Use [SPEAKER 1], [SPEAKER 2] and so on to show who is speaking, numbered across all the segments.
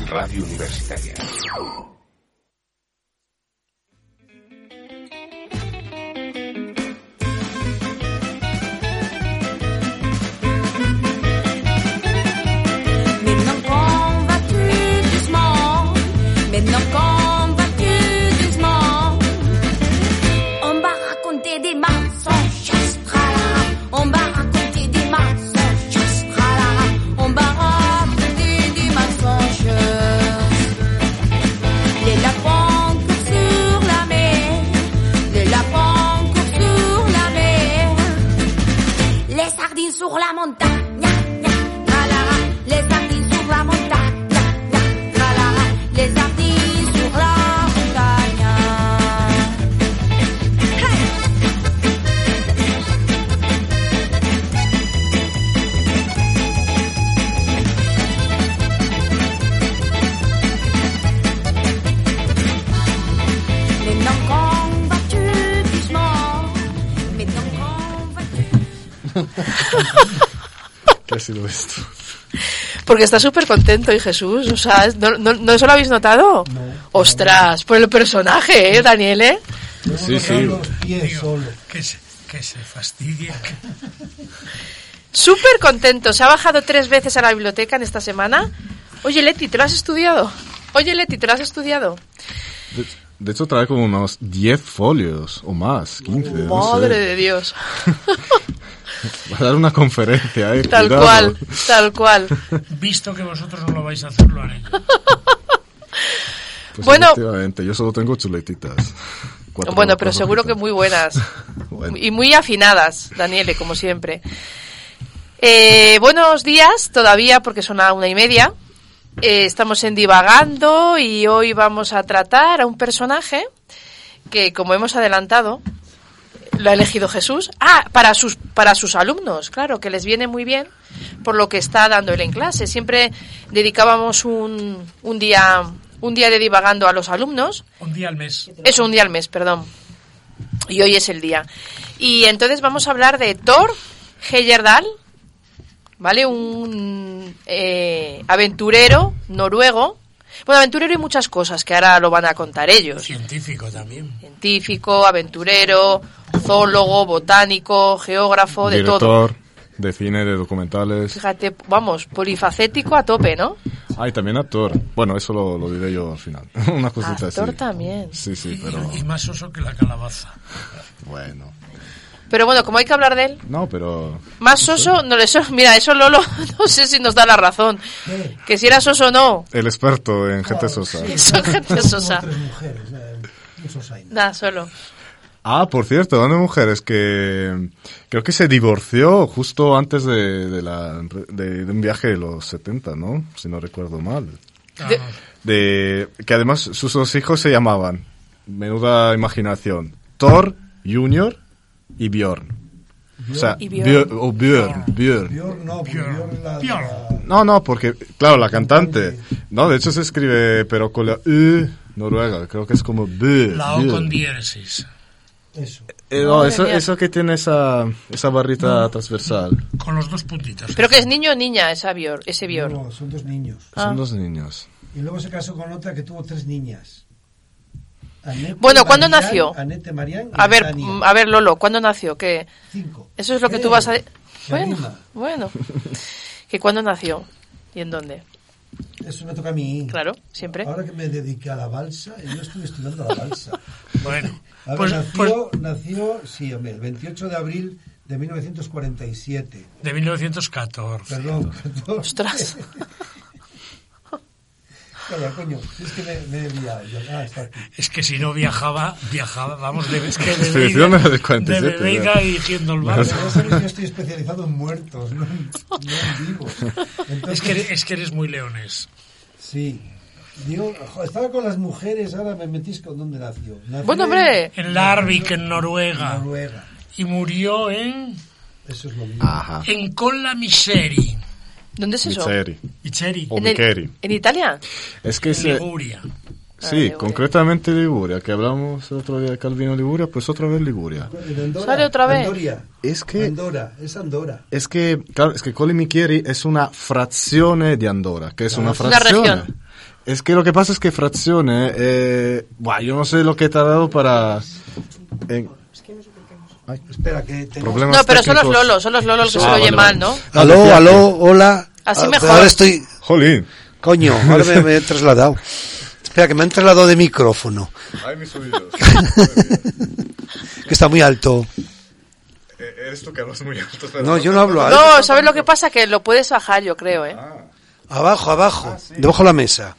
[SPEAKER 1] en Radio Universitaria.
[SPEAKER 2] Maintenant qu'on va plus doucement, maintenant qu'on va plus doucement, on va raconter des mensonges, tralala. on va raconter des mensonges, tralala. on va raconter des mensonges. Les lapins courent sur la mer, les lapins courent sur la mer, les sardines sur la montagne. Tralala, les sardines sur la montagne. Tralala, les sardines sur la montagne. Maintenant qu'on va tu doucement, maintenant qu'on va tu
[SPEAKER 3] ¿Qué ha sido esto?
[SPEAKER 4] Porque está súper contento y Jesús, o sea, es- ¿no, no, ¿no eso lo habéis notado? Ostras, por el personaje, ¿eh, Daniel? eh?
[SPEAKER 3] Sí, sí.
[SPEAKER 5] Digo, que se, que se fastidia.
[SPEAKER 4] Súper contento, se ha bajado tres veces a la biblioteca en esta semana. Oye, Leti, ¿te lo has estudiado? Oye, Leti, ¿te lo has estudiado?
[SPEAKER 3] De, de hecho, trae como unos 10 folios o más, 15. no
[SPEAKER 4] Madre
[SPEAKER 3] sé.
[SPEAKER 4] de Dios.
[SPEAKER 3] Va a dar una conferencia, eh.
[SPEAKER 4] Tal
[SPEAKER 3] cuidado.
[SPEAKER 4] cual, tal cual.
[SPEAKER 5] Visto que vosotros no lo vais a hacer, lo haré. yo.
[SPEAKER 3] Pues
[SPEAKER 4] Bueno.
[SPEAKER 3] efectivamente, yo solo tengo chuletitas. Cuatro-
[SPEAKER 4] Bueno, pero
[SPEAKER 3] cuatro
[SPEAKER 4] seguro que
[SPEAKER 3] hojitas.
[SPEAKER 4] muy buenas.
[SPEAKER 3] Bueno.
[SPEAKER 4] Y muy afinadas, Daniele, como siempre. Eh, buenos días todavía, porque son a una y media. Eh, estamos en Divagando y hoy vamos a tratar a un personaje que, como hemos adelantado, lo ha elegido Jesús. Ah, para sus, para sus alumnos, claro, que les viene muy bien por lo que está dando él en clase. Siempre dedicábamos un, un día un día de divagando a los alumnos
[SPEAKER 5] Un día al mes.
[SPEAKER 4] eso, un día al mes, perdón. Y hoy es el día. Y entonces vamos a hablar de Thor Heyerdahl, ¿vale? Un eh, aventurero noruego. Bueno, aventurero y muchas cosas que ahora lo van a contar ellos.
[SPEAKER 5] Científico también.
[SPEAKER 4] Científico, aventurero, zoólogo, botánico, geógrafo, de todo.
[SPEAKER 3] Director de cine, de documentales.
[SPEAKER 4] Fíjate, vamos, polifacético a tope, ¿no?
[SPEAKER 3] Ah, y también actor. Bueno, eso lo, lo diré yo al final. Una cosita así.
[SPEAKER 4] Actor también.
[SPEAKER 3] Sí, sí,
[SPEAKER 5] Y-
[SPEAKER 3] pero
[SPEAKER 5] Y, más oso que la calabaza.
[SPEAKER 3] bueno.
[SPEAKER 4] Pero bueno, como hay que hablar de él,
[SPEAKER 3] No, pero
[SPEAKER 4] Más soso, no le so- mira, eso Lolo, no sé si nos da la razón. Que si era soso o no.
[SPEAKER 3] el experto en gente sosa.
[SPEAKER 4] Son gente sosa.
[SPEAKER 6] Tres mujeres, eh, esos hay.
[SPEAKER 4] Nada, solo.
[SPEAKER 3] Ah, por cierto, ¿dónde mujeres? Que creo que se divorció justo antes de, de la, de, de un viaje de los 70, ¿no? Si no recuerdo mal.
[SPEAKER 4] De-
[SPEAKER 3] De, que además sus dos hijos se llamaban, menuda imaginación, Thor Jr. y Bjorn. O sea,
[SPEAKER 4] Y Björn.
[SPEAKER 3] Björ- o
[SPEAKER 5] Ah.
[SPEAKER 3] Björn, Björn.
[SPEAKER 6] Bjorn no,
[SPEAKER 5] Björn.
[SPEAKER 6] Björn la-
[SPEAKER 5] Björn.
[SPEAKER 6] la-
[SPEAKER 3] No, no, porque, claro, la cantante. No, de hecho se escribe, pero con la U noruega, creo que es como B.
[SPEAKER 5] La O con diéresis.
[SPEAKER 6] Eso.
[SPEAKER 3] Eh, no,
[SPEAKER 4] Madre
[SPEAKER 3] eso,
[SPEAKER 4] mía.
[SPEAKER 3] eso que tiene esa, esa barrita transversal.
[SPEAKER 5] Con los dos puntitos.
[SPEAKER 4] Pero que es niño o niña esa Bior, ese Bior.
[SPEAKER 6] No, son dos niños.
[SPEAKER 4] Ah.
[SPEAKER 3] Son dos niños.
[SPEAKER 6] Y luego se casó con otra que tuvo tres niñas. Anette,
[SPEAKER 4] Bueno, ¿cuándo
[SPEAKER 6] Marianne-
[SPEAKER 4] nació?
[SPEAKER 6] Anette Marianne y
[SPEAKER 4] A ver,
[SPEAKER 6] Betania.
[SPEAKER 4] mm, a ver Lolo, ¿cuándo nació? Que
[SPEAKER 6] Cinco.
[SPEAKER 4] eso es lo que tú
[SPEAKER 6] Creo.
[SPEAKER 4] vas a
[SPEAKER 6] Se
[SPEAKER 4] Bueno,
[SPEAKER 6] Eh, anima.
[SPEAKER 4] bueno. Que cuándo nació y en dónde?
[SPEAKER 6] Eso me toca a mí.
[SPEAKER 4] Claro, siempre.
[SPEAKER 6] Ahora que me dediqué a la balsa, yo estuve estudiando la balsa.
[SPEAKER 5] Bueno,
[SPEAKER 6] A ver,
[SPEAKER 5] pues, pues
[SPEAKER 6] nació, nació, sí, hombre, el 28 de abril de 1947.
[SPEAKER 5] de 1914.
[SPEAKER 6] Perdón, perdón.
[SPEAKER 4] Ostras.
[SPEAKER 6] Calla, coño, es que me, me he liado. Yo, Ah, está aquí.
[SPEAKER 5] Es que si no viajaba, viajaba, vamos, de, es que de
[SPEAKER 3] Estoy
[SPEAKER 5] Beira-
[SPEAKER 3] diciendo del
[SPEAKER 5] de
[SPEAKER 3] 47,
[SPEAKER 5] Beira
[SPEAKER 3] ya.
[SPEAKER 5] dirigiendo el
[SPEAKER 6] Pero
[SPEAKER 5] barco.
[SPEAKER 6] vos sabés que yo estoy especializado en muertos, no en, no en vivos.
[SPEAKER 5] Es
[SPEAKER 6] Entonces,
[SPEAKER 5] que, es que eres muy leones.
[SPEAKER 6] Sí. Digo, jo, estaba con las mujeres, ahora me metís con dónde nació. Nació
[SPEAKER 4] Bueno, hombre.
[SPEAKER 5] En Larvik, en
[SPEAKER 6] En
[SPEAKER 5] Noruega.
[SPEAKER 6] Noruega.
[SPEAKER 5] Y murió en.
[SPEAKER 6] Eso es lo mismo.
[SPEAKER 3] Ajá.
[SPEAKER 5] En Colla Miseri.
[SPEAKER 4] ¿Dónde es eso?
[SPEAKER 3] Micheri.
[SPEAKER 5] Micheri.
[SPEAKER 3] O
[SPEAKER 4] En, el-
[SPEAKER 3] Micheri.
[SPEAKER 4] en Italia.
[SPEAKER 3] Es que se-
[SPEAKER 5] Liguria.
[SPEAKER 3] sí,
[SPEAKER 4] Liguria.
[SPEAKER 3] concretamente Liguria, que hablamos el otro día de Calvino Liguria, pues otra vez Liguria.
[SPEAKER 6] En Andorra,
[SPEAKER 4] Sale otra vez.
[SPEAKER 6] Andoria.
[SPEAKER 3] Es que-
[SPEAKER 6] Andorra, es Andorra.
[SPEAKER 3] Es que, claro, Ah, es que Colli Micheri es una fracción de Andorra, que es una
[SPEAKER 4] Es una
[SPEAKER 3] fracción.
[SPEAKER 4] región.
[SPEAKER 3] Es que lo que pasa es que Fraccione, eh, buah, yo no sé lo que he tardado para... en-
[SPEAKER 7] Espera, que tenemos...
[SPEAKER 3] problemas
[SPEAKER 4] No, pero son los
[SPEAKER 3] técnicos.
[SPEAKER 4] lolos, son los lolos que
[SPEAKER 3] Ah,
[SPEAKER 4] se lo oye
[SPEAKER 3] vale,
[SPEAKER 4] mal,
[SPEAKER 3] vale.
[SPEAKER 4] ¿no?
[SPEAKER 3] No,
[SPEAKER 6] Aló,
[SPEAKER 3] decía
[SPEAKER 6] aló, hola.
[SPEAKER 4] Así
[SPEAKER 6] Ah,
[SPEAKER 4] mejor.
[SPEAKER 6] Ahora estoy.
[SPEAKER 3] Jolín.
[SPEAKER 6] Coño, ahora me, me he trasladado. Espera, que me han trasladado de micrófono.
[SPEAKER 3] Ay, mis oídos.
[SPEAKER 6] Que está muy alto.
[SPEAKER 3] Eh, Eres tú que hablas muy alto.
[SPEAKER 6] No, yo no hablo
[SPEAKER 3] Ah,
[SPEAKER 6] alto.
[SPEAKER 4] No, ¿sabes lo que pasa? Que lo puedes bajar, yo creo, ¿eh?
[SPEAKER 6] Abajo, abajo. Debajo de la mesa.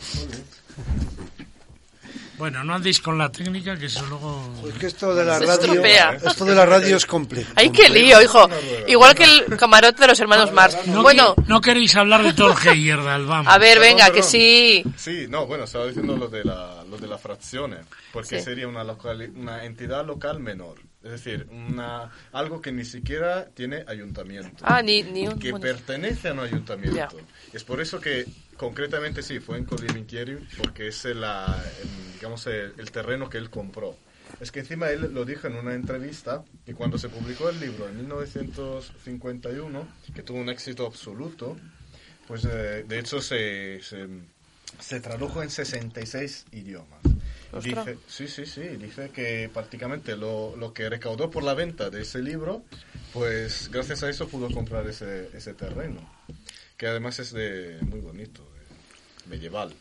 [SPEAKER 5] Bueno, no andéis con la técnica que eso luego...
[SPEAKER 6] Porque Pues esto de la
[SPEAKER 4] Se
[SPEAKER 6] radio.
[SPEAKER 4] estropea.
[SPEAKER 6] Esto de la radio es complejo.
[SPEAKER 4] ¡Ay, qué lío, hijo! Igual que el camarote de los hermanos Mars.
[SPEAKER 5] No,
[SPEAKER 4] Bueno,
[SPEAKER 5] que- no queréis hablar de Torge Yerdal, vamos.
[SPEAKER 4] a ver, venga,
[SPEAKER 3] Perdón,
[SPEAKER 4] que
[SPEAKER 3] perdón.
[SPEAKER 4] sí.
[SPEAKER 3] Sí, no, bueno, estaba diciendo lo de la, lo de la fracción, eh, porque
[SPEAKER 4] Sí.
[SPEAKER 3] sería una, locali- una entidad local menor, es decir, una, algo que ni siquiera tiene ayuntamiento,
[SPEAKER 4] Ah, ni, ni un...
[SPEAKER 3] pues, que
[SPEAKER 4] bueno.
[SPEAKER 3] pertenece a un ayuntamiento.
[SPEAKER 4] Ya.
[SPEAKER 3] Es por eso que, concretamente, sí, fue en Colivinchieri, porque es la, el, digamos, el, el terreno que él compró. Es que encima él lo dijo en una entrevista que cuando se publicó el libro en 1951, que tuvo un éxito absoluto, pues eh, de hecho se, se, se tradujo en 66 idiomas. Dice, sí, sí, sí, dice que prácticamente lo, lo que recaudó por la venta de ese libro, pues gracias a eso pudo comprar ese, ese terreno, que además es de muy bonito, de medieval.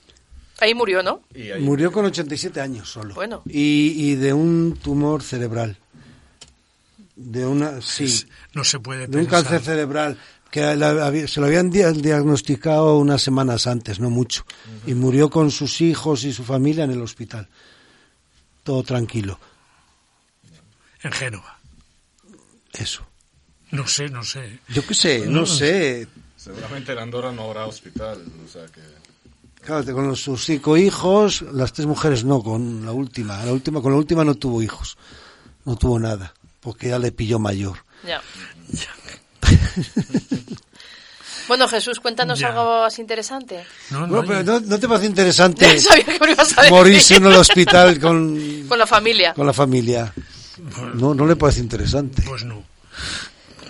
[SPEAKER 4] Ahí murió, ¿no?
[SPEAKER 3] Y ahí-
[SPEAKER 6] Murió con 87 años solo.
[SPEAKER 4] Bueno.
[SPEAKER 6] Y, y de un tumor cerebral. De una. Sí.
[SPEAKER 5] No se puede
[SPEAKER 6] De un
[SPEAKER 5] pensar.
[SPEAKER 6] cáncer cerebral que la- había- se lo habían dia- diagnosticado unas semanas antes, no mucho, y murió con sus hijos y su familia en el hospital. Todo tranquilo.
[SPEAKER 5] En Génova.
[SPEAKER 6] Eso.
[SPEAKER 5] No sé, no sé.
[SPEAKER 6] Yo qué sé, no sé.
[SPEAKER 3] Seguramente en Andorra no habrá hospital, o sea que...
[SPEAKER 6] Claro, con los- sus cinco hijos, las tres mujeres no, con la última. La última, con la última no tuvo hijos. No tuvo nada, porque ya le pilló mayor.
[SPEAKER 4] Ya. Bueno, Jesús, cuéntanos
[SPEAKER 5] Ya.
[SPEAKER 4] algo así interesante.
[SPEAKER 5] No, no,
[SPEAKER 6] Bueno, pero
[SPEAKER 5] yo-
[SPEAKER 6] no, ¿no te parece interesante
[SPEAKER 4] Sabía que me lo ibas a decir.
[SPEAKER 6] morirse en el hospital con,
[SPEAKER 4] Con la familia.
[SPEAKER 6] con la familia? No, no le parece interesante.
[SPEAKER 5] Pues no.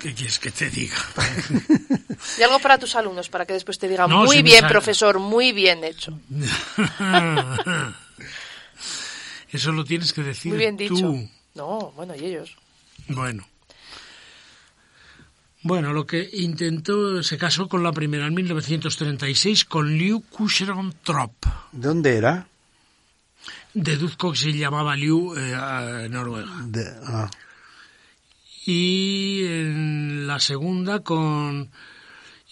[SPEAKER 5] ¿Qué quieres que te diga?
[SPEAKER 4] Y algo para tus alumnos, para que después te digan,
[SPEAKER 5] No,
[SPEAKER 4] muy
[SPEAKER 5] se me
[SPEAKER 4] bien,
[SPEAKER 5] sale.
[SPEAKER 4] profesor, muy bien hecho.
[SPEAKER 5] Eso lo tienes que decir
[SPEAKER 4] Muy bien dicho.
[SPEAKER 5] tú.
[SPEAKER 4] No, bueno, y ellos.
[SPEAKER 5] Bueno. Bueno, lo que intentó, se casó con la primera en 1936 con Liu Kucheron-Trop.
[SPEAKER 6] ¿De dónde era?
[SPEAKER 5] Deduzco que se llamaba Liu eh, a Noruega.
[SPEAKER 6] De- ah,
[SPEAKER 5] Y en la segunda con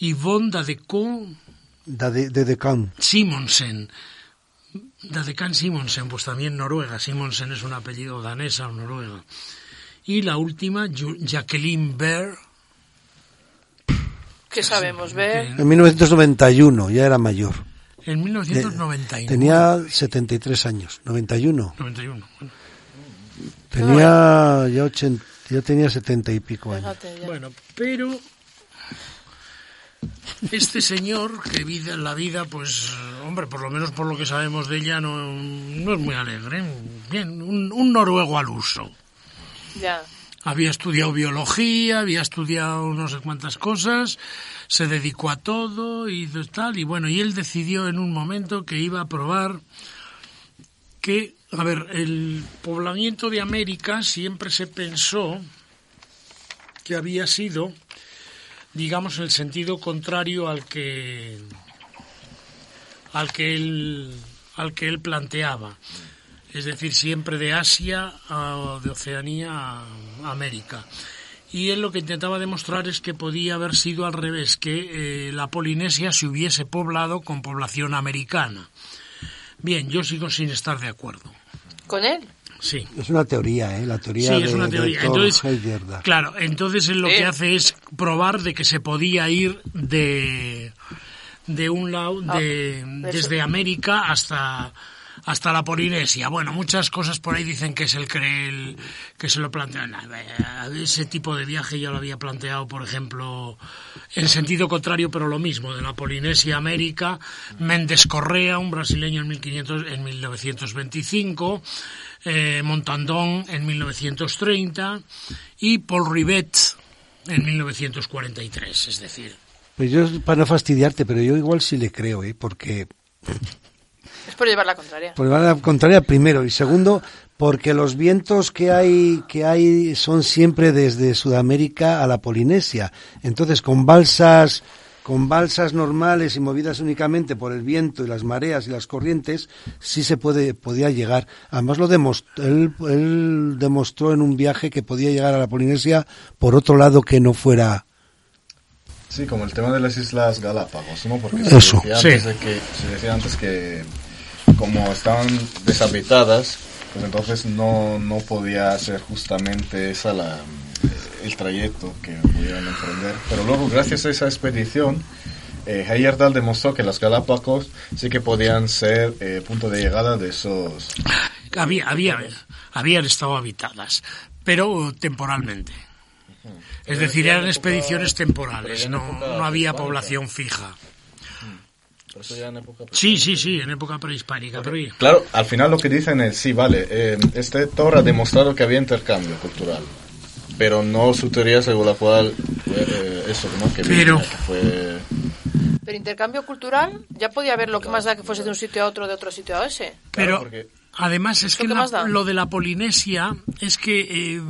[SPEAKER 5] Yvonne Dadecon
[SPEAKER 6] de, de Deccan.
[SPEAKER 5] Simonsen. Dadekan Simonsen, pues también Noruega. Simonsen es un apellido danesa o noruega. Y la última, Ju- Jacqueline Baer.
[SPEAKER 4] ¿Qué sabemos? Ver.
[SPEAKER 6] En 1991 ya era mayor.
[SPEAKER 5] En 1991.
[SPEAKER 6] Tenía 73 años. 91.
[SPEAKER 5] 91. bueno.
[SPEAKER 6] Tenía ya 80, ya tenía 70 y pico años.
[SPEAKER 4] Fíjate, ya.
[SPEAKER 5] Bueno, pero este señor que vida la vida, pues hombre, por lo menos por lo que sabemos de ella no, no es muy alegre. Bien, un, un noruego al uso.
[SPEAKER 4] ya.
[SPEAKER 5] Había estudiado biología, había estudiado no sé cuántas cosas, se dedicó a todo y de- tal. Y bueno, y él decidió en un momento que iba a probar que, a ver, el poblamiento de América siempre se pensó que había sido, digamos, el sentido contrario al que al que él al que él planteaba. Es decir, siempre de Asia a de Oceanía a América. Y él lo que intentaba demostrar es que podía haber sido al revés, que eh, la Polinesia se hubiese poblado con población americana. Bien, yo sigo sin estar de acuerdo.
[SPEAKER 4] ¿Con él?
[SPEAKER 5] Sí.
[SPEAKER 6] Es una teoría, ¿eh? La teoría
[SPEAKER 5] Sí,
[SPEAKER 6] de,
[SPEAKER 5] es una
[SPEAKER 6] de
[SPEAKER 5] teoría.
[SPEAKER 6] Thor
[SPEAKER 5] Entonces,
[SPEAKER 6] Heyerdahl.
[SPEAKER 5] claro, entonces él lo
[SPEAKER 4] Sí.
[SPEAKER 5] que hace es probar de que se podía ir de de un lado de,
[SPEAKER 4] Ah, eso.
[SPEAKER 5] desde América hasta hasta la Polinesia. Bueno, muchas cosas por ahí dicen que es el que el- que se lo plantean. A ver, Ese tipo de viaje ya lo había planteado, por ejemplo, en sentido contrario, pero lo mismo, de la Polinesia a América, Méndez Correa, un brasileño en 1500 en 1925, eh, Montandón en 1930 y Paul Rivet en 1943, es decir,
[SPEAKER 6] Pues yo, para no fastidiarte, pero yo igual sí le creo, ¿eh? Porque
[SPEAKER 4] Es por llevar la contraria.
[SPEAKER 6] Por llevar la contraria, primero. Y segundo, porque los vientos que hay, que hay son siempre desde Sudamérica a la Polinesia. Entonces, con balsas, con balsas normales y movidas únicamente por el viento y las mareas y las corrientes, sí se puede, podía llegar. Además, lo demostró, él, él demostró en un viaje que podía llegar a la Polinesia por otro lado que no fuera.
[SPEAKER 3] Sí, como el tema de las Islas Galápagos, ¿no? Porque
[SPEAKER 6] Eso,
[SPEAKER 3] se decía,
[SPEAKER 5] sí.
[SPEAKER 3] antes, de que, se decía antes que como estaban deshabitadas, pues entonces no, no podía ser justamente esa la, el trayecto que pudieran emprender. Pero luego, gracias a esa expedición, eh, Heyerdahl demostró que las Galápagos sí que podían ser eh, punto de llegada de esos...
[SPEAKER 5] Había, había, habían estado habitadas, pero temporalmente. Es decir, eran expediciones temporales, no, no había población fija. Sí, sí, sí, en época prehispánica, pero oye,
[SPEAKER 3] Claro, al final lo que dicen es, sí, vale, eh, este Thor ha demostrado que había intercambio cultural, pero no su teoría según la cual eh, eh, eso, ¿no? Que, viene,
[SPEAKER 5] Pero-
[SPEAKER 3] que fue...
[SPEAKER 4] Pero intercambio cultural ya podía haber lo que más da que fuese de un sitio a otro, de otro sitio a ese.
[SPEAKER 5] Pero
[SPEAKER 3] porque-
[SPEAKER 5] además es
[SPEAKER 4] ¿Esto
[SPEAKER 5] que
[SPEAKER 4] qué
[SPEAKER 5] la-
[SPEAKER 4] más da?
[SPEAKER 5] lo de la Polinesia es que eh,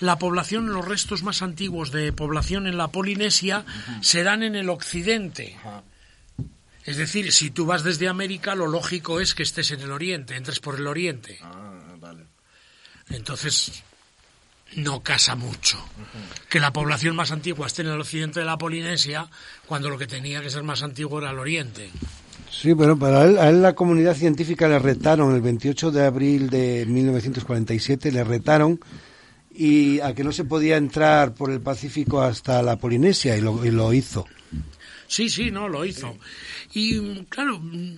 [SPEAKER 5] la población, los restos más antiguos de población en la Polinesia se dan en el occidente. Es decir, si tú vas desde América, lo lógico es que estés en el oriente, entres por el oriente.
[SPEAKER 3] Ah, vale.
[SPEAKER 5] Entonces, no casa mucho. Que la población más antigua esté en el occidente de la Polinesia, cuando lo que tenía que ser más antiguo era el oriente.
[SPEAKER 6] Sí, bueno, para él, a él la comunidad científica le retaron el 28 de abril de 1947, le retaron y a que no se podía entrar por el Pacífico hasta la Polinesia y lo, y lo hizo.
[SPEAKER 5] Sí, sí, no, lo hizo. Y mm, claro, mm,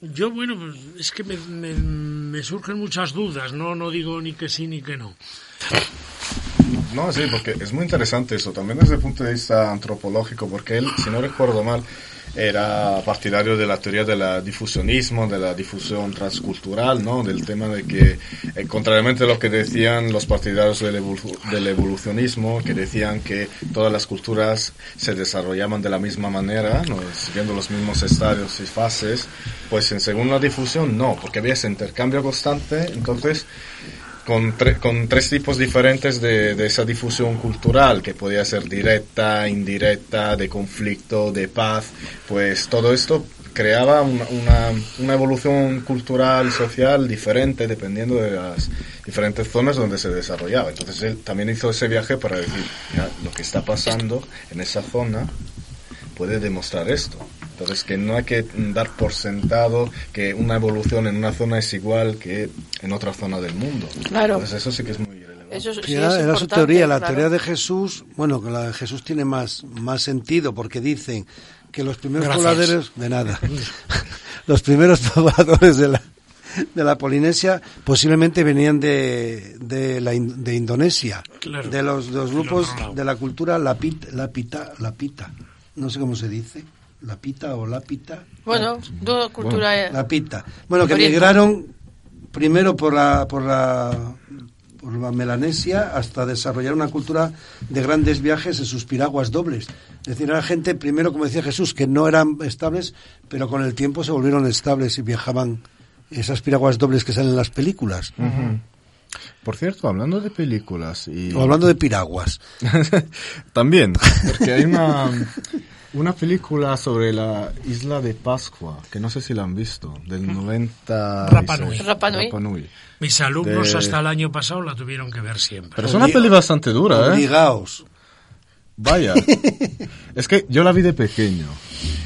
[SPEAKER 5] yo, bueno, pues, es que me, me- me surgen muchas dudas, ¿no? No digo ni que sí ni que no.
[SPEAKER 3] No, sí, porque es muy interesante eso, también desde el punto de vista antropológico, porque él, si no recuerdo mal, era partidario de la teoría del difusionismo, de la difusión transcultural, ¿no? Del tema de que, eh, contrariamente a lo que decían los partidarios del, evolu- del evolucionismo, que decían que todas las culturas se desarrollaban de la misma manera, ¿no? siguiendo los mismos estadios y fases, pues en según la difusión no, porque había ese intercambio constante, entonces con, tre- con tres tipos diferentes de, de esa difusión cultural, que podía ser directa, indirecta, de conflicto, de paz, pues todo esto creaba una, una, una evolución cultural, social diferente, dependiendo de las diferentes zonas donde se desarrollaba. Entonces él también hizo ese viaje para decir, "Mira, lo que está pasando en esa zona puede demostrar esto. Entonces, que no hay que mm, dar por sentado que una evolución en una zona es igual que en otra zona del mundo.
[SPEAKER 4] Claro.
[SPEAKER 3] Entonces, eso sí que es muy relevante.
[SPEAKER 4] Eso es- sí,
[SPEAKER 6] era
[SPEAKER 4] es
[SPEAKER 6] era su
[SPEAKER 4] importante,
[SPEAKER 6] teoría, la
[SPEAKER 4] claro.
[SPEAKER 6] teoría de Jesús, bueno, que la de Jesús tiene más, más sentido porque dicen que los primeros
[SPEAKER 5] Gracias.
[SPEAKER 6] pobladores, de nada, los primeros pobladores de la, de la Polinesia posiblemente venían de, de, la, in- de Indonesia,
[SPEAKER 5] Claro.
[SPEAKER 6] de los, de los
[SPEAKER 5] Del
[SPEAKER 6] grupos
[SPEAKER 5] otro lado.
[SPEAKER 6] de la cultura lapita, lapita, lapita, no sé cómo se dice, lapita o lapita.
[SPEAKER 4] Bueno, duda cultura. eh.
[SPEAKER 6] La pita. Bueno, que
[SPEAKER 4] Oriente.
[SPEAKER 6] migraron primero por la, por la por la Melanesia hasta desarrollar una cultura de grandes viajes en sus piraguas dobles. Es decir, era gente primero, como decía Jesús, que no eran estables, pero con el tiempo se volvieron estables y viajaban esas piraguas dobles que salen en las películas.
[SPEAKER 3] Por cierto, hablando de películas y...
[SPEAKER 6] O hablando de piraguas.
[SPEAKER 3] También, porque hay una, una película sobre la isla de Pascua, que no sé si la han visto, del 90...
[SPEAKER 5] Rapa Nui.
[SPEAKER 4] Rapa Nui.
[SPEAKER 5] Mis alumnos
[SPEAKER 3] De-
[SPEAKER 5] hasta el año pasado la tuvieron que ver siempre.
[SPEAKER 3] Pero es una peli bastante dura, ¿eh?
[SPEAKER 6] Obligaos.
[SPEAKER 3] Vaya. es que yo la vi de pequeño.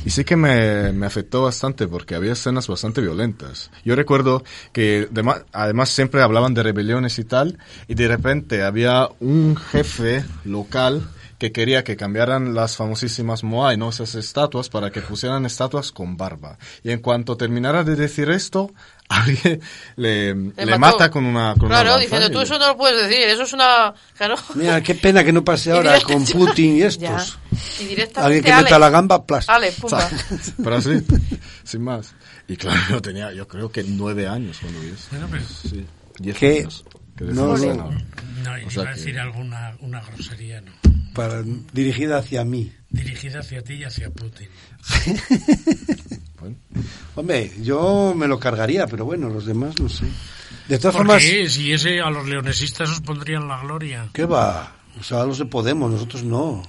[SPEAKER 3] Y sí que me, me afectó bastante porque había escenas bastante violentas. Yo recuerdo que dema- además siempre hablaban de rebeliones y tal. Y de repente había un jefe local que quería que cambiaran las famosísimas Moai, ¿no? Esas estatuas, para que pusieran estatuas con barba. Y en cuanto terminara de decir esto, alguien le, le
[SPEAKER 4] mató.
[SPEAKER 3] mata con una... Con una
[SPEAKER 4] claro,
[SPEAKER 3] lanza
[SPEAKER 4] diciendo,
[SPEAKER 3] y-
[SPEAKER 4] tú eso no lo puedes decir, eso es una. Claro.
[SPEAKER 6] Mira, qué pena que no pase
[SPEAKER 4] Y
[SPEAKER 6] ahora
[SPEAKER 4] directa-
[SPEAKER 6] con Putin y estos.
[SPEAKER 4] Ya. Y directamente.
[SPEAKER 6] Alguien que meta
[SPEAKER 4] ale.
[SPEAKER 6] la gamba, plas.
[SPEAKER 4] Ale, pumba.
[SPEAKER 3] Pero así, sin más. Y claro, yo tenía, yo creo que nueve años cuando vi eso.
[SPEAKER 5] Bueno, pues, pero-
[SPEAKER 3] Sí, diez
[SPEAKER 6] ¿Qué?
[SPEAKER 3] años. Que
[SPEAKER 6] No,
[SPEAKER 3] decimos
[SPEAKER 6] no.
[SPEAKER 3] que
[SPEAKER 5] No, iba
[SPEAKER 3] sea
[SPEAKER 5] a
[SPEAKER 3] que-
[SPEAKER 5] decir alguna una grosería, ¿no?
[SPEAKER 6] Para, dirigida hacia mí.
[SPEAKER 5] Dirigida hacia ti y hacia Putin.
[SPEAKER 3] Bueno.
[SPEAKER 6] Hombre, yo me lo cargaría, pero bueno, los demás no sé. De todas
[SPEAKER 5] Porque
[SPEAKER 6] formas,
[SPEAKER 5] si ese a los leonesistas os pondrían la gloria.
[SPEAKER 6] ¿qué va? O sea, los de Podemos, nosotros no.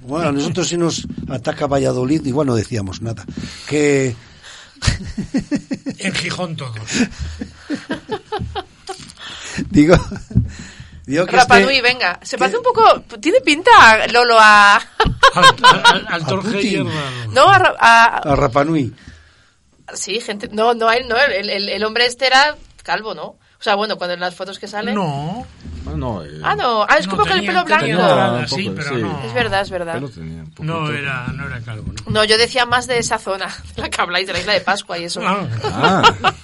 [SPEAKER 6] Bueno, a nosotros si nos ataca Valladolid, igual no decíamos nada. Que
[SPEAKER 5] En Gijón todos.
[SPEAKER 6] digo, digo que
[SPEAKER 4] Rapa
[SPEAKER 6] este-
[SPEAKER 4] Nui, venga. Se parece un poco. Tiene pinta, Lolo, a.
[SPEAKER 5] Al, al, al
[SPEAKER 6] A
[SPEAKER 5] Torje
[SPEAKER 6] Putin.
[SPEAKER 5] Hierro.
[SPEAKER 4] no, a, Ra- a-
[SPEAKER 6] a Ah, Rapanui.
[SPEAKER 4] Sí, gente. No, no, él, no el, el- el hombre este era calvo, ¿no? O sea, bueno, cuando en las fotos que salen.
[SPEAKER 5] No.
[SPEAKER 3] Ah, no, eh,
[SPEAKER 4] Ah, no. Ah, es
[SPEAKER 5] No,
[SPEAKER 4] como con el
[SPEAKER 5] tenía-
[SPEAKER 4] pelo blanco.
[SPEAKER 5] tenía
[SPEAKER 3] No,
[SPEAKER 5] nada,
[SPEAKER 3] un poco,
[SPEAKER 5] sí, pero
[SPEAKER 3] sí.
[SPEAKER 5] no.
[SPEAKER 4] Es verdad, es verdad.
[SPEAKER 3] pelo tenía un poquito.
[SPEAKER 5] No eh. era, no era calvo, ¿no?
[SPEAKER 4] No, yo decía más de esa zona, de la que habláis, de la isla de Pascua y eso.
[SPEAKER 5] Ah,
[SPEAKER 3] Ah,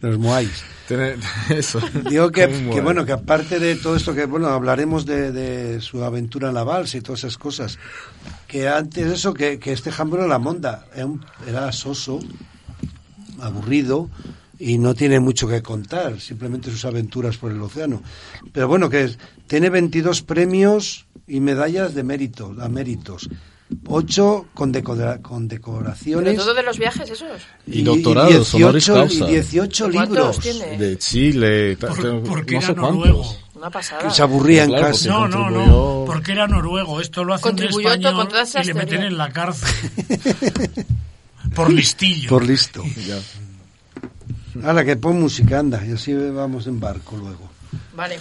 [SPEAKER 6] Los Moais.
[SPEAKER 3] tiene- eso.
[SPEAKER 6] Digo que,
[SPEAKER 3] Como
[SPEAKER 6] que
[SPEAKER 3] el-
[SPEAKER 6] bueno, que aparte de todo esto, que bueno, hablaremos de, de su aventura en la balsa y todas esas cosas. Que antes de eso, que, que este jambro la monda era un- era soso, aburrido y no tiene mucho que contar, simplemente sus aventuras por el océano. Pero bueno, que es- tiene 22 premios y medallas de mérito, a méritos. Ocho condecora-
[SPEAKER 4] Pero
[SPEAKER 6] condecoraciones
[SPEAKER 4] todo de los viajes esos.
[SPEAKER 3] Y doctorados, honoris
[SPEAKER 6] 18 y
[SPEAKER 3] causa.
[SPEAKER 6] 18
[SPEAKER 4] ¿Cuántos
[SPEAKER 6] libros.
[SPEAKER 4] tiene?
[SPEAKER 3] De Chile, ta-
[SPEAKER 5] por-
[SPEAKER 3] tengo-
[SPEAKER 5] porque
[SPEAKER 3] no
[SPEAKER 5] era
[SPEAKER 3] sé
[SPEAKER 5] noruego.
[SPEAKER 3] cuántos.
[SPEAKER 4] Una pasada.
[SPEAKER 6] Que se aburría en
[SPEAKER 3] Claro,
[SPEAKER 6] casa.
[SPEAKER 3] Se
[SPEAKER 5] No, no, no.
[SPEAKER 3] contribuyó-
[SPEAKER 5] Porque era noruego. Esto lo hace un
[SPEAKER 4] Contribuyó to-
[SPEAKER 5] español
[SPEAKER 4] con todas
[SPEAKER 5] y
[SPEAKER 4] esas
[SPEAKER 5] le meten
[SPEAKER 4] teorías.
[SPEAKER 5] en la cárcel. Por listillo.
[SPEAKER 6] Por listo.
[SPEAKER 3] Ya.
[SPEAKER 6] Ahora que pon música, anda, y así vamos en barco luego.
[SPEAKER 4] Vale.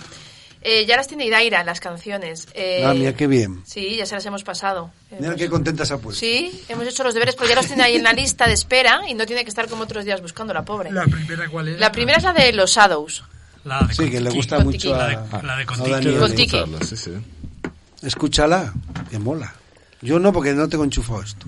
[SPEAKER 4] Eh, ya las tiene Idaira, las canciones. Eh,
[SPEAKER 6] Ah, mira qué bien.
[SPEAKER 4] Sí, ya se las hemos pasado.
[SPEAKER 6] Mira
[SPEAKER 4] Hemos-
[SPEAKER 6] qué contenta se ha puesto.
[SPEAKER 4] Sí, hemos hecho los deberes, pero ya los tiene ahí en la lista de espera y no tiene que estar como otros días buscando la pobre.
[SPEAKER 5] ¿La primera cuál era?
[SPEAKER 4] La primera es la de los Shadows.
[SPEAKER 5] La de
[SPEAKER 6] Sí, que le
[SPEAKER 5] Contiki.
[SPEAKER 6] gusta
[SPEAKER 4] Contiki.
[SPEAKER 6] mucho
[SPEAKER 5] La
[SPEAKER 6] a,
[SPEAKER 5] de, la de
[SPEAKER 6] a
[SPEAKER 5] Contiki.
[SPEAKER 6] Daniel.
[SPEAKER 4] Contiki.
[SPEAKER 3] Escucharla, sí, sí.
[SPEAKER 6] Escúchala, que mola. Yo no, porque no tengo enchufado esto.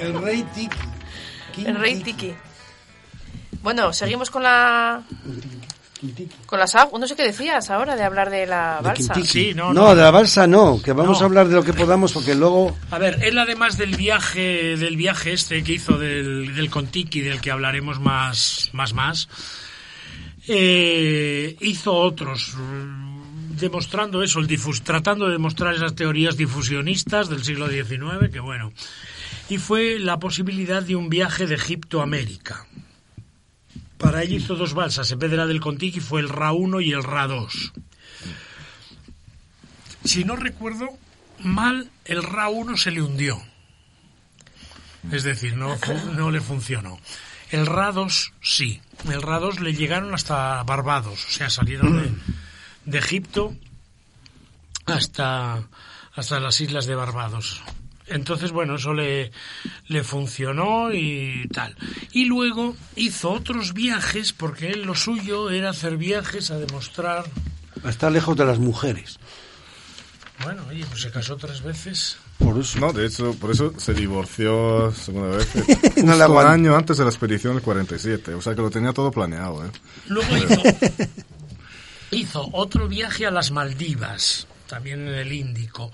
[SPEAKER 6] El rey Tiki. King
[SPEAKER 4] El rey
[SPEAKER 6] Tiki.
[SPEAKER 4] Tiki. Bueno, seguimos con la... Con las aguas. No sé qué decías ahora de hablar de la
[SPEAKER 6] De
[SPEAKER 4] balsa.
[SPEAKER 6] Quintiki.
[SPEAKER 5] Sí,
[SPEAKER 6] no,
[SPEAKER 5] no, no.
[SPEAKER 6] de la balsa no, que vamos
[SPEAKER 5] No.
[SPEAKER 6] a hablar de lo que podamos, porque luego.
[SPEAKER 5] A ver, él además del viaje, del viaje este que hizo del, del Contiki, del que hablaremos más, más, más, eh, hizo otros, mm, demostrando eso, el difus- tratando de demostrar esas teorías difusionistas del siglo XIX, que bueno, y fue la posibilidad de un viaje de Egipto a América. Para ello hizo dos balsas, en vez de la del Contiki fue el Ra 1 y el Ra 2. Si no recuerdo mal, el Ra 1 se le hundió. Es decir, no, fu- no le funcionó. El Ra 2 sí. El Ra 2 le llegaron hasta Barbados, o sea, salieron de, de Egipto hasta, hasta las islas de Barbados. Entonces, bueno, eso le, le funcionó y tal. Y luego hizo otros viajes, porque él lo suyo era hacer viajes a demostrar.
[SPEAKER 6] Está lejos de las mujeres.
[SPEAKER 5] Bueno, oye, pues se casó tres veces.
[SPEAKER 6] Por eso.
[SPEAKER 3] No, de hecho, por eso se divorció segunda vez.
[SPEAKER 6] No la
[SPEAKER 3] Justo un
[SPEAKER 6] aguanto.
[SPEAKER 3] año antes de la expedición del 47. O sea que lo tenía todo planeado, ¿eh?
[SPEAKER 5] Luego hizo, hizo otro viaje a las Maldivas, también en el Índico.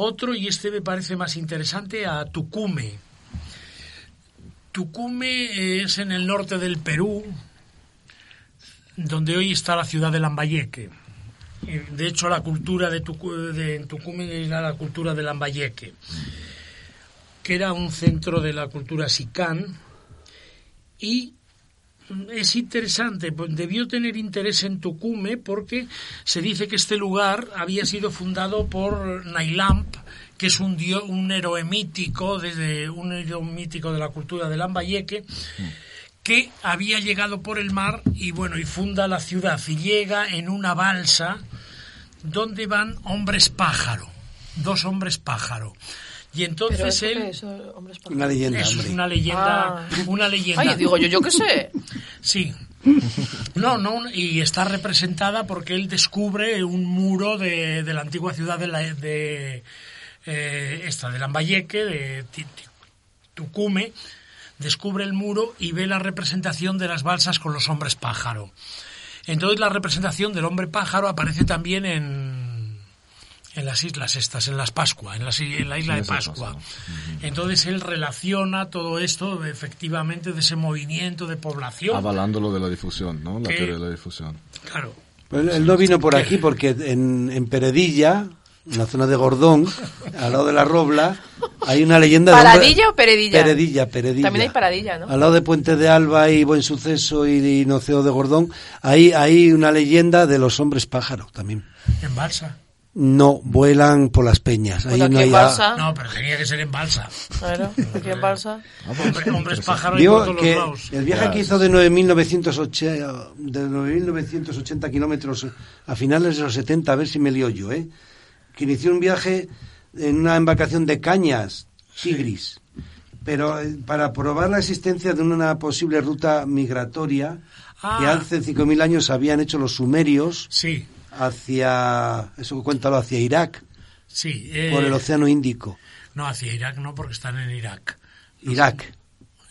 [SPEAKER 5] Otro, y este me parece más interesante, a Tucume. Tucume es en el norte del Perú, donde hoy está la ciudad de Lambayeque. Eh, De hecho, la cultura de, Tucu- de- en Tucumán era la cultura de Lambayeque, que era un centro de la cultura sicán. Y mm, es interesante, pues, debió tener interés en Tucume porque se dice que este lugar había sido fundado por Nailamp, que es un, dio- un héroe mítico, desde un héroe mítico de la cultura de Lambayeque, que había llegado por el mar y bueno y funda la ciudad y llega en una balsa donde van hombres pájaro dos hombres pájaro y
[SPEAKER 4] Pero
[SPEAKER 5] entonces
[SPEAKER 4] eso
[SPEAKER 5] él
[SPEAKER 4] qué es, hombres por-
[SPEAKER 6] Una leyenda,
[SPEAKER 5] eso es
[SPEAKER 6] hombre.
[SPEAKER 5] una leyenda
[SPEAKER 4] Ah.
[SPEAKER 5] una leyenda
[SPEAKER 4] Ay, digo yo, yo qué sé.
[SPEAKER 5] Sí. No, no, y está representada porque él descubre un muro de, de la antigua ciudad de, la, de eh, esta, de Lambayeque, de Ti- Ti- Tucume, descubre el muro y ve la representación de las balsas con los hombres pájaro. Entonces la representación del hombre pájaro aparece también en, en las islas estas, en las Pascua, en, las i- en la isla de
[SPEAKER 3] Islas de
[SPEAKER 5] Pascua.
[SPEAKER 3] Pascua.
[SPEAKER 5] Entonces él relaciona todo esto efectivamente de ese movimiento de población.
[SPEAKER 3] Avalando lo de la difusión, ¿no? La
[SPEAKER 5] ¿Qué?
[SPEAKER 3] teoría de la difusión.
[SPEAKER 5] Claro.
[SPEAKER 6] Bueno, él no vino por aquí porque en, en Peredilla, en la zona de Gordón, al lado de la Robla, hay una leyenda de... hombre-
[SPEAKER 4] ¿Paradilla o Peredilla?
[SPEAKER 6] Peredilla, Peredilla.
[SPEAKER 4] También hay Paradilla, ¿no?
[SPEAKER 6] Al lado de Puente de Alba y Buen Suceso y, Noceo de Gordón, hay, hay una leyenda de los hombres pájaro también.
[SPEAKER 5] En balsa.
[SPEAKER 6] No, vuelan por las peñas.
[SPEAKER 4] Bueno,
[SPEAKER 6] Ahí no
[SPEAKER 4] aquí
[SPEAKER 6] hay
[SPEAKER 4] en
[SPEAKER 6] a-
[SPEAKER 4] Balsa.
[SPEAKER 5] No, pero tenía que ser en balsa.
[SPEAKER 4] Claro, aquí en Balsa.
[SPEAKER 5] Hombre- hombres pájaro y por
[SPEAKER 6] Ah, pues, Digo
[SPEAKER 5] todos
[SPEAKER 6] que
[SPEAKER 5] los lados.
[SPEAKER 6] el viaje que hizo de 9.980 de 9.980 kilómetros a finales de los 70, a ver si me lío yo, ¿eh? que inició un viaje en una embarcación de cañas, tigris, pero eh, para probar la existencia de una posible ruta migratoria que
[SPEAKER 5] Ah.
[SPEAKER 6] hace 5.000 años habían hecho los sumerios
[SPEAKER 5] Sí,
[SPEAKER 6] hacia, eso cuéntalo, hacia Irak,
[SPEAKER 5] sí. eh,
[SPEAKER 6] por el Océano Índico.
[SPEAKER 5] No, hacia Irak no, porque están en Irak.
[SPEAKER 6] Irak.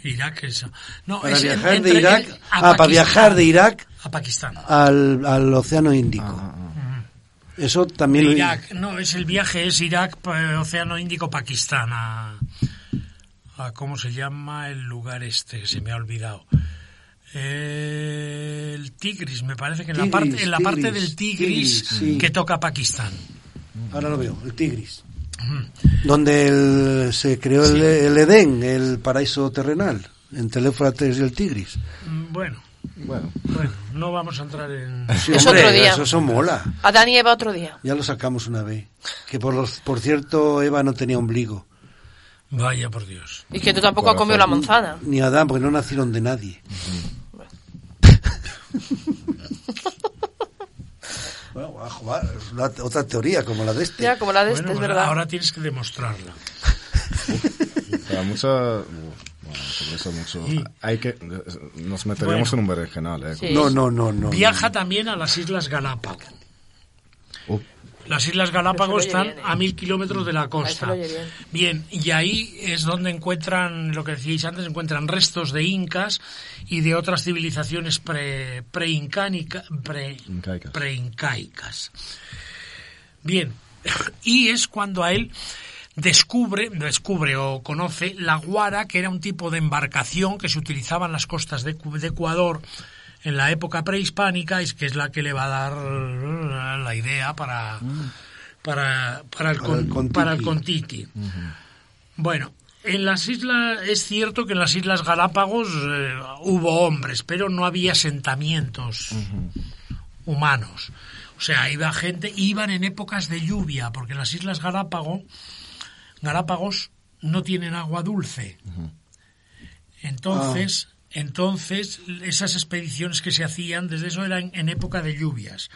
[SPEAKER 5] Irak es... No,
[SPEAKER 6] Para
[SPEAKER 5] es en-
[SPEAKER 6] viajar de
[SPEAKER 5] entre-
[SPEAKER 6] Irak,
[SPEAKER 5] en- a
[SPEAKER 6] ah, para
[SPEAKER 5] Pakistán.
[SPEAKER 6] viajar de Irak
[SPEAKER 5] A Pakistán.
[SPEAKER 6] al, al Océano Índico. Eso también lo
[SPEAKER 5] Irak, no, es el viaje, es Irak, eh, Océano Índico, Pakistán, a, a- ¿Cómo se llama el lugar este? Se me ha olvidado. Eh, el Tigris, me parece que en la
[SPEAKER 6] Tigris,
[SPEAKER 5] parte, en la parte
[SPEAKER 6] Tigris,
[SPEAKER 5] del Tigris,
[SPEAKER 6] Tigris, sí.
[SPEAKER 5] que toca Pakistán. Mm,
[SPEAKER 6] ahora lo veo, el Tigris. Donde el- se creó el, el Edén, el paraíso terrenal, entre el Éufrates y el Tigris.
[SPEAKER 5] Mm, Bueno,
[SPEAKER 3] Bueno,
[SPEAKER 5] bueno, no vamos a entrar en...
[SPEAKER 6] Sí,
[SPEAKER 4] Es otro día.
[SPEAKER 6] Eso, eso mola.
[SPEAKER 4] Adán y Eva otro día.
[SPEAKER 6] Ya lo sacamos una vez. Que por, los, por cierto, Eva no tenía ombligo.
[SPEAKER 5] Vaya por Dios.
[SPEAKER 4] Y que tú tampoco has comido la manzana.
[SPEAKER 6] Ni Adán, porque no nacieron de nadie. bueno, a jugar, es una- otra teoría como la de este.
[SPEAKER 4] Ya, como la de este,
[SPEAKER 5] Bueno,
[SPEAKER 4] es
[SPEAKER 5] ahora-
[SPEAKER 4] verdad.
[SPEAKER 5] ahora tienes que demostrarla.
[SPEAKER 3] para mucha... Bueno, sobre eso mucho. Hay que... Nos meteríamos en un berenjenal, ¿eh?
[SPEAKER 4] Sí.
[SPEAKER 6] No, no, no, no.
[SPEAKER 5] Viaja también a las Islas Galápagos.
[SPEAKER 3] Oh.
[SPEAKER 5] Las Islas
[SPEAKER 4] Pero
[SPEAKER 5] Galápagos
[SPEAKER 4] se lo
[SPEAKER 5] están
[SPEAKER 4] oye bien, ¿eh?
[SPEAKER 5] a mil kilómetros de la costa.
[SPEAKER 4] Ahí se lo oye
[SPEAKER 5] Bien, y ahí es donde encuentran, lo que decíais antes, encuentran restos de incas y de otras civilizaciones pre, preincánica- pre-
[SPEAKER 3] Incaicas.
[SPEAKER 5] preincaicas. Bien, y es cuando a él descubre, descubre o conoce la guara, que era un tipo de embarcación que se utilizaba en las costas de, Cu- de Ecuador en la época prehispánica, y es que es la que le va a dar eh, la idea para, para, para, el,
[SPEAKER 6] Mm. Para
[SPEAKER 5] con-
[SPEAKER 6] el Contiki.
[SPEAKER 5] para el Contiki. Bueno, en las islas es cierto que en las Islas Galápagos eh, hubo hombres, pero no había asentamientos humanos. O sea, iba gente, iban en épocas de lluvia, porque las Islas Galápagos, Galápagos no tienen agua dulce.
[SPEAKER 6] Ah.
[SPEAKER 5] Entonces, entonces esas expediciones que se hacían desde eso eran en época de lluvias,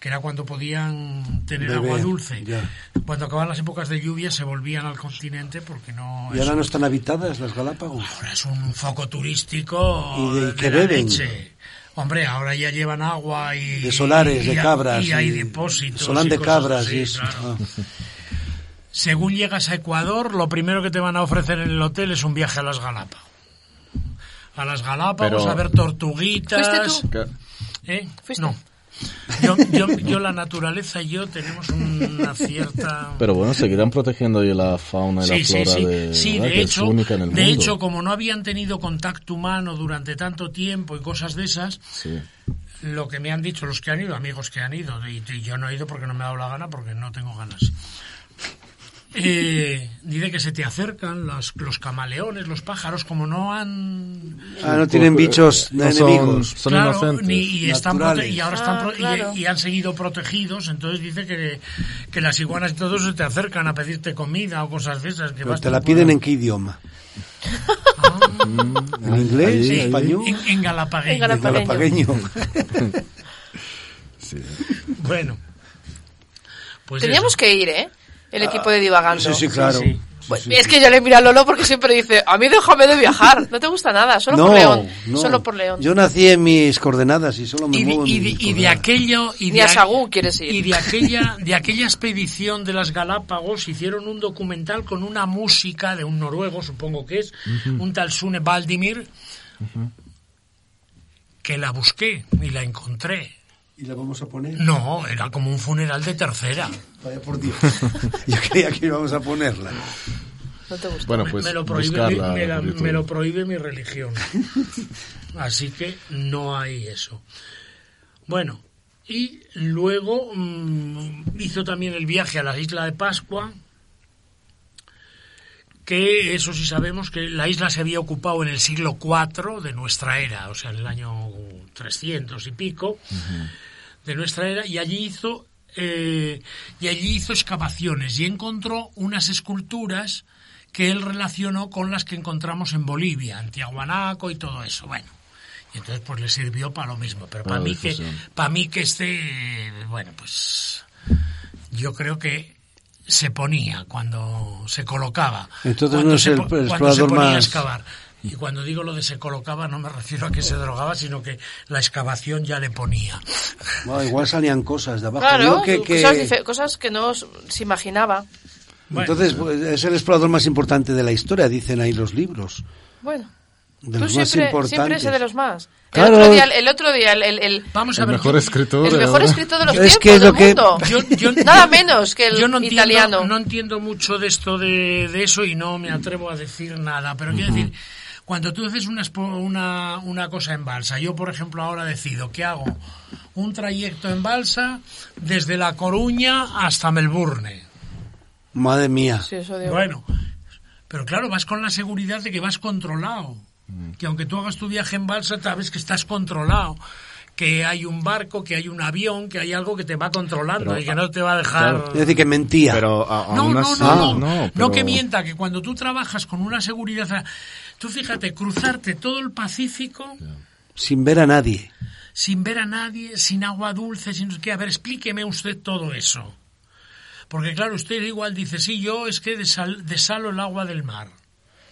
[SPEAKER 5] que era cuando podían tener
[SPEAKER 6] Beber,
[SPEAKER 5] agua dulce.
[SPEAKER 6] ya.
[SPEAKER 5] Cuando acababan las épocas de lluvia se volvían al continente porque no
[SPEAKER 6] ¿Y
[SPEAKER 5] es,
[SPEAKER 6] ahora no están habitadas las Galápagos?
[SPEAKER 5] ahora es un foco turístico
[SPEAKER 6] ¿Y de-
[SPEAKER 5] de
[SPEAKER 6] qué
[SPEAKER 5] la
[SPEAKER 6] beben?
[SPEAKER 5] leche. Hombre, ahora ya llevan agua y
[SPEAKER 6] De solares, de
[SPEAKER 5] y-
[SPEAKER 6] cabras.
[SPEAKER 5] y hay depósitos.
[SPEAKER 6] Solán
[SPEAKER 5] y
[SPEAKER 6] de
[SPEAKER 5] cosas
[SPEAKER 6] cabras
[SPEAKER 5] así,
[SPEAKER 6] y eso.
[SPEAKER 5] claro.
[SPEAKER 6] Ah.
[SPEAKER 5] Según llegas a Ecuador, lo primero que te van a ofrecer en el hotel es un viaje a las Galápagos. A las Galápagos,
[SPEAKER 3] Pero-
[SPEAKER 5] a ver tortuguitas.
[SPEAKER 4] ¿Fuiste
[SPEAKER 3] Que-
[SPEAKER 5] ¿Eh?
[SPEAKER 4] ¿Fuiste?
[SPEAKER 5] No. Yo, yo, yo, la naturaleza y yo tenemos una cierta...
[SPEAKER 8] Pero bueno, seguirán protegiendo ahí la fauna y
[SPEAKER 5] Sí,
[SPEAKER 8] la
[SPEAKER 5] sí,
[SPEAKER 8] flora
[SPEAKER 5] sí.
[SPEAKER 8] de,
[SPEAKER 5] Sí,
[SPEAKER 8] ¿verdad?
[SPEAKER 5] de
[SPEAKER 8] que es
[SPEAKER 5] hecho,
[SPEAKER 8] única en el
[SPEAKER 5] de
[SPEAKER 8] mundo.
[SPEAKER 5] hecho, como no habían tenido contacto humano durante tanto tiempo y cosas de esas,
[SPEAKER 8] Sí.
[SPEAKER 5] lo que me han dicho los que han ido, amigos que han ido, y, y yo no he ido porque no me ha dado la gana, porque no tengo ganas. Eh, dice que se te acercan las- los camaleones, los pájaros, como no han...
[SPEAKER 6] Ah, no tienen bichos
[SPEAKER 3] No son,
[SPEAKER 6] enemigos.
[SPEAKER 3] son
[SPEAKER 5] Claro,
[SPEAKER 3] inocentes.
[SPEAKER 5] ni- y, están prote-
[SPEAKER 6] naturales.
[SPEAKER 5] y ahora están
[SPEAKER 4] Ah,
[SPEAKER 5] pro- y-
[SPEAKER 4] claro.
[SPEAKER 5] y, han seguido protegidos, entonces dice que, que las iguanas y todo se te acercan a pedirte comida o cosas de esas. Que
[SPEAKER 6] Pero
[SPEAKER 5] vas
[SPEAKER 6] te
[SPEAKER 5] tú
[SPEAKER 6] la
[SPEAKER 5] por
[SPEAKER 6] piden en qué idioma? Ah. ¿En inglés?
[SPEAKER 5] Sí,
[SPEAKER 6] ¿En español?
[SPEAKER 5] En, en Galapagueño.
[SPEAKER 4] En Galapagueño.
[SPEAKER 6] Galapagueño.
[SPEAKER 5] Bueno. Pues
[SPEAKER 4] Teníamos
[SPEAKER 5] eso.
[SPEAKER 4] que ir, ¿eh? El equipo de divagando.
[SPEAKER 6] Ah, Sí, sí, claro.
[SPEAKER 5] Sí, sí.
[SPEAKER 4] Pues, es que yo le miro a Lolo porque siempre dice, a mí déjame de viajar, no te gusta nada, solo por León, solo por León.
[SPEAKER 6] Yo nací en mis coordenadas y solo me
[SPEAKER 5] Y, de-
[SPEAKER 6] muevo en
[SPEAKER 5] y de-
[SPEAKER 6] mis
[SPEAKER 5] y de
[SPEAKER 6] coordenadas.
[SPEAKER 5] aquello... Y
[SPEAKER 4] Ni
[SPEAKER 5] de,
[SPEAKER 4] a
[SPEAKER 5] a-
[SPEAKER 4] Sagún quieres ir.
[SPEAKER 5] y de aquella, de aquella expedición de las Galápagos hicieron un documental con una música de un noruego, supongo que es, un tal Sune Valdimir, que la busqué y la encontré.
[SPEAKER 9] Y la vamos a poner.
[SPEAKER 5] No, era como un funeral de tercera.
[SPEAKER 9] Vaya por Dios.
[SPEAKER 6] Yo creía que íbamos a ponerla.
[SPEAKER 4] No te gusta.
[SPEAKER 3] Bueno,
[SPEAKER 5] Me-
[SPEAKER 3] pues
[SPEAKER 5] me, lo prohíbe,
[SPEAKER 3] buscarla.
[SPEAKER 5] mi, me la-
[SPEAKER 3] en YouTube.
[SPEAKER 5] me lo prohíbe mi religión. Así que no hay eso. Bueno, y luego mm, hizo también el viaje a la isla de Pascua, que eso sí sabemos que la isla se había ocupado en el siglo IV de nuestra era, o sea, en el año 300 y pico de nuestra era, y allí hizo... eh, y allí hizo excavaciones y encontró unas esculturas que él relacionó con las que encontramos en Bolivia, en Tiahuanaco y todo eso. Bueno, y entonces pues le sirvió para lo mismo. Pero para,
[SPEAKER 3] Para la
[SPEAKER 5] mí que,
[SPEAKER 3] difusión.
[SPEAKER 5] para mí que este, eh, bueno, pues yo creo que se ponía cuando se colocaba.
[SPEAKER 6] Entonces
[SPEAKER 5] cuando
[SPEAKER 6] no es
[SPEAKER 5] se
[SPEAKER 6] el-
[SPEAKER 5] po- cuando
[SPEAKER 6] el
[SPEAKER 5] se
[SPEAKER 6] explorador
[SPEAKER 5] ponía a
[SPEAKER 6] más-
[SPEAKER 5] excavar. Y cuando digo lo de se colocaba no me refiero a que se drogaba, sino que la excavación ya le ponía.
[SPEAKER 6] Bueno, igual salían cosas de abajo.
[SPEAKER 4] Claro,
[SPEAKER 6] Yo que- que-
[SPEAKER 4] Cosas, dife- cosas que no os- se imaginaba.
[SPEAKER 5] Bueno,
[SPEAKER 6] Entonces, pues, es el explorador más importante de la historia, dicen ahí los libros.
[SPEAKER 4] Bueno, tú
[SPEAKER 6] De los más
[SPEAKER 4] siempre, siempre
[SPEAKER 6] importantes.
[SPEAKER 4] ese de los más.
[SPEAKER 6] Claro.
[SPEAKER 4] El otro día, el, otro día, el, el- el-
[SPEAKER 5] vamos a
[SPEAKER 3] El
[SPEAKER 5] ver.
[SPEAKER 3] mejor
[SPEAKER 5] yo-
[SPEAKER 3] escritor.
[SPEAKER 4] el mejor
[SPEAKER 3] ¿verdad?
[SPEAKER 4] escritor de los
[SPEAKER 6] Es
[SPEAKER 4] tiempos
[SPEAKER 6] que es
[SPEAKER 4] del
[SPEAKER 6] lo que-
[SPEAKER 4] mundo.
[SPEAKER 5] Yo- yo-
[SPEAKER 4] Nada menos que el
[SPEAKER 5] yo no entiendo,
[SPEAKER 4] italiano.
[SPEAKER 5] No entiendo mucho de esto de, de eso y no me atrevo a decir nada, pero quiero decir, cuando tú haces una, expo- una, una cosa en balsa, yo por ejemplo ahora decido que hago un trayecto en balsa desde La Coruña hasta Melbourne.
[SPEAKER 6] Madre mía.
[SPEAKER 4] Sí, eso digo.
[SPEAKER 5] Bueno, pero claro, vas con la seguridad de que vas controlado.
[SPEAKER 3] Mm.
[SPEAKER 5] Que aunque tú hagas tu viaje en balsa, sabes que estás controlado. Que hay un barco, que hay un avión, que hay algo que te va controlando
[SPEAKER 3] Pero,
[SPEAKER 5] y que no te va a dejar.
[SPEAKER 6] Es decir, que mentía.
[SPEAKER 3] Pero a-
[SPEAKER 5] No,
[SPEAKER 3] aún
[SPEAKER 5] no,
[SPEAKER 3] así,
[SPEAKER 5] no, no,
[SPEAKER 3] no,
[SPEAKER 5] no,
[SPEAKER 3] pero-
[SPEAKER 5] que mienta, que cuando tú trabajas con una seguridad, o sea, tú fíjate, cruzarte todo el Pacífico
[SPEAKER 6] Sin ver a nadie.
[SPEAKER 5] sin ver a nadie, sin agua dulce, sin no sé qué, a ver, explíqueme usted todo eso. Porque claro, usted igual dice, sí, yo es que desal- desalo el agua del mar.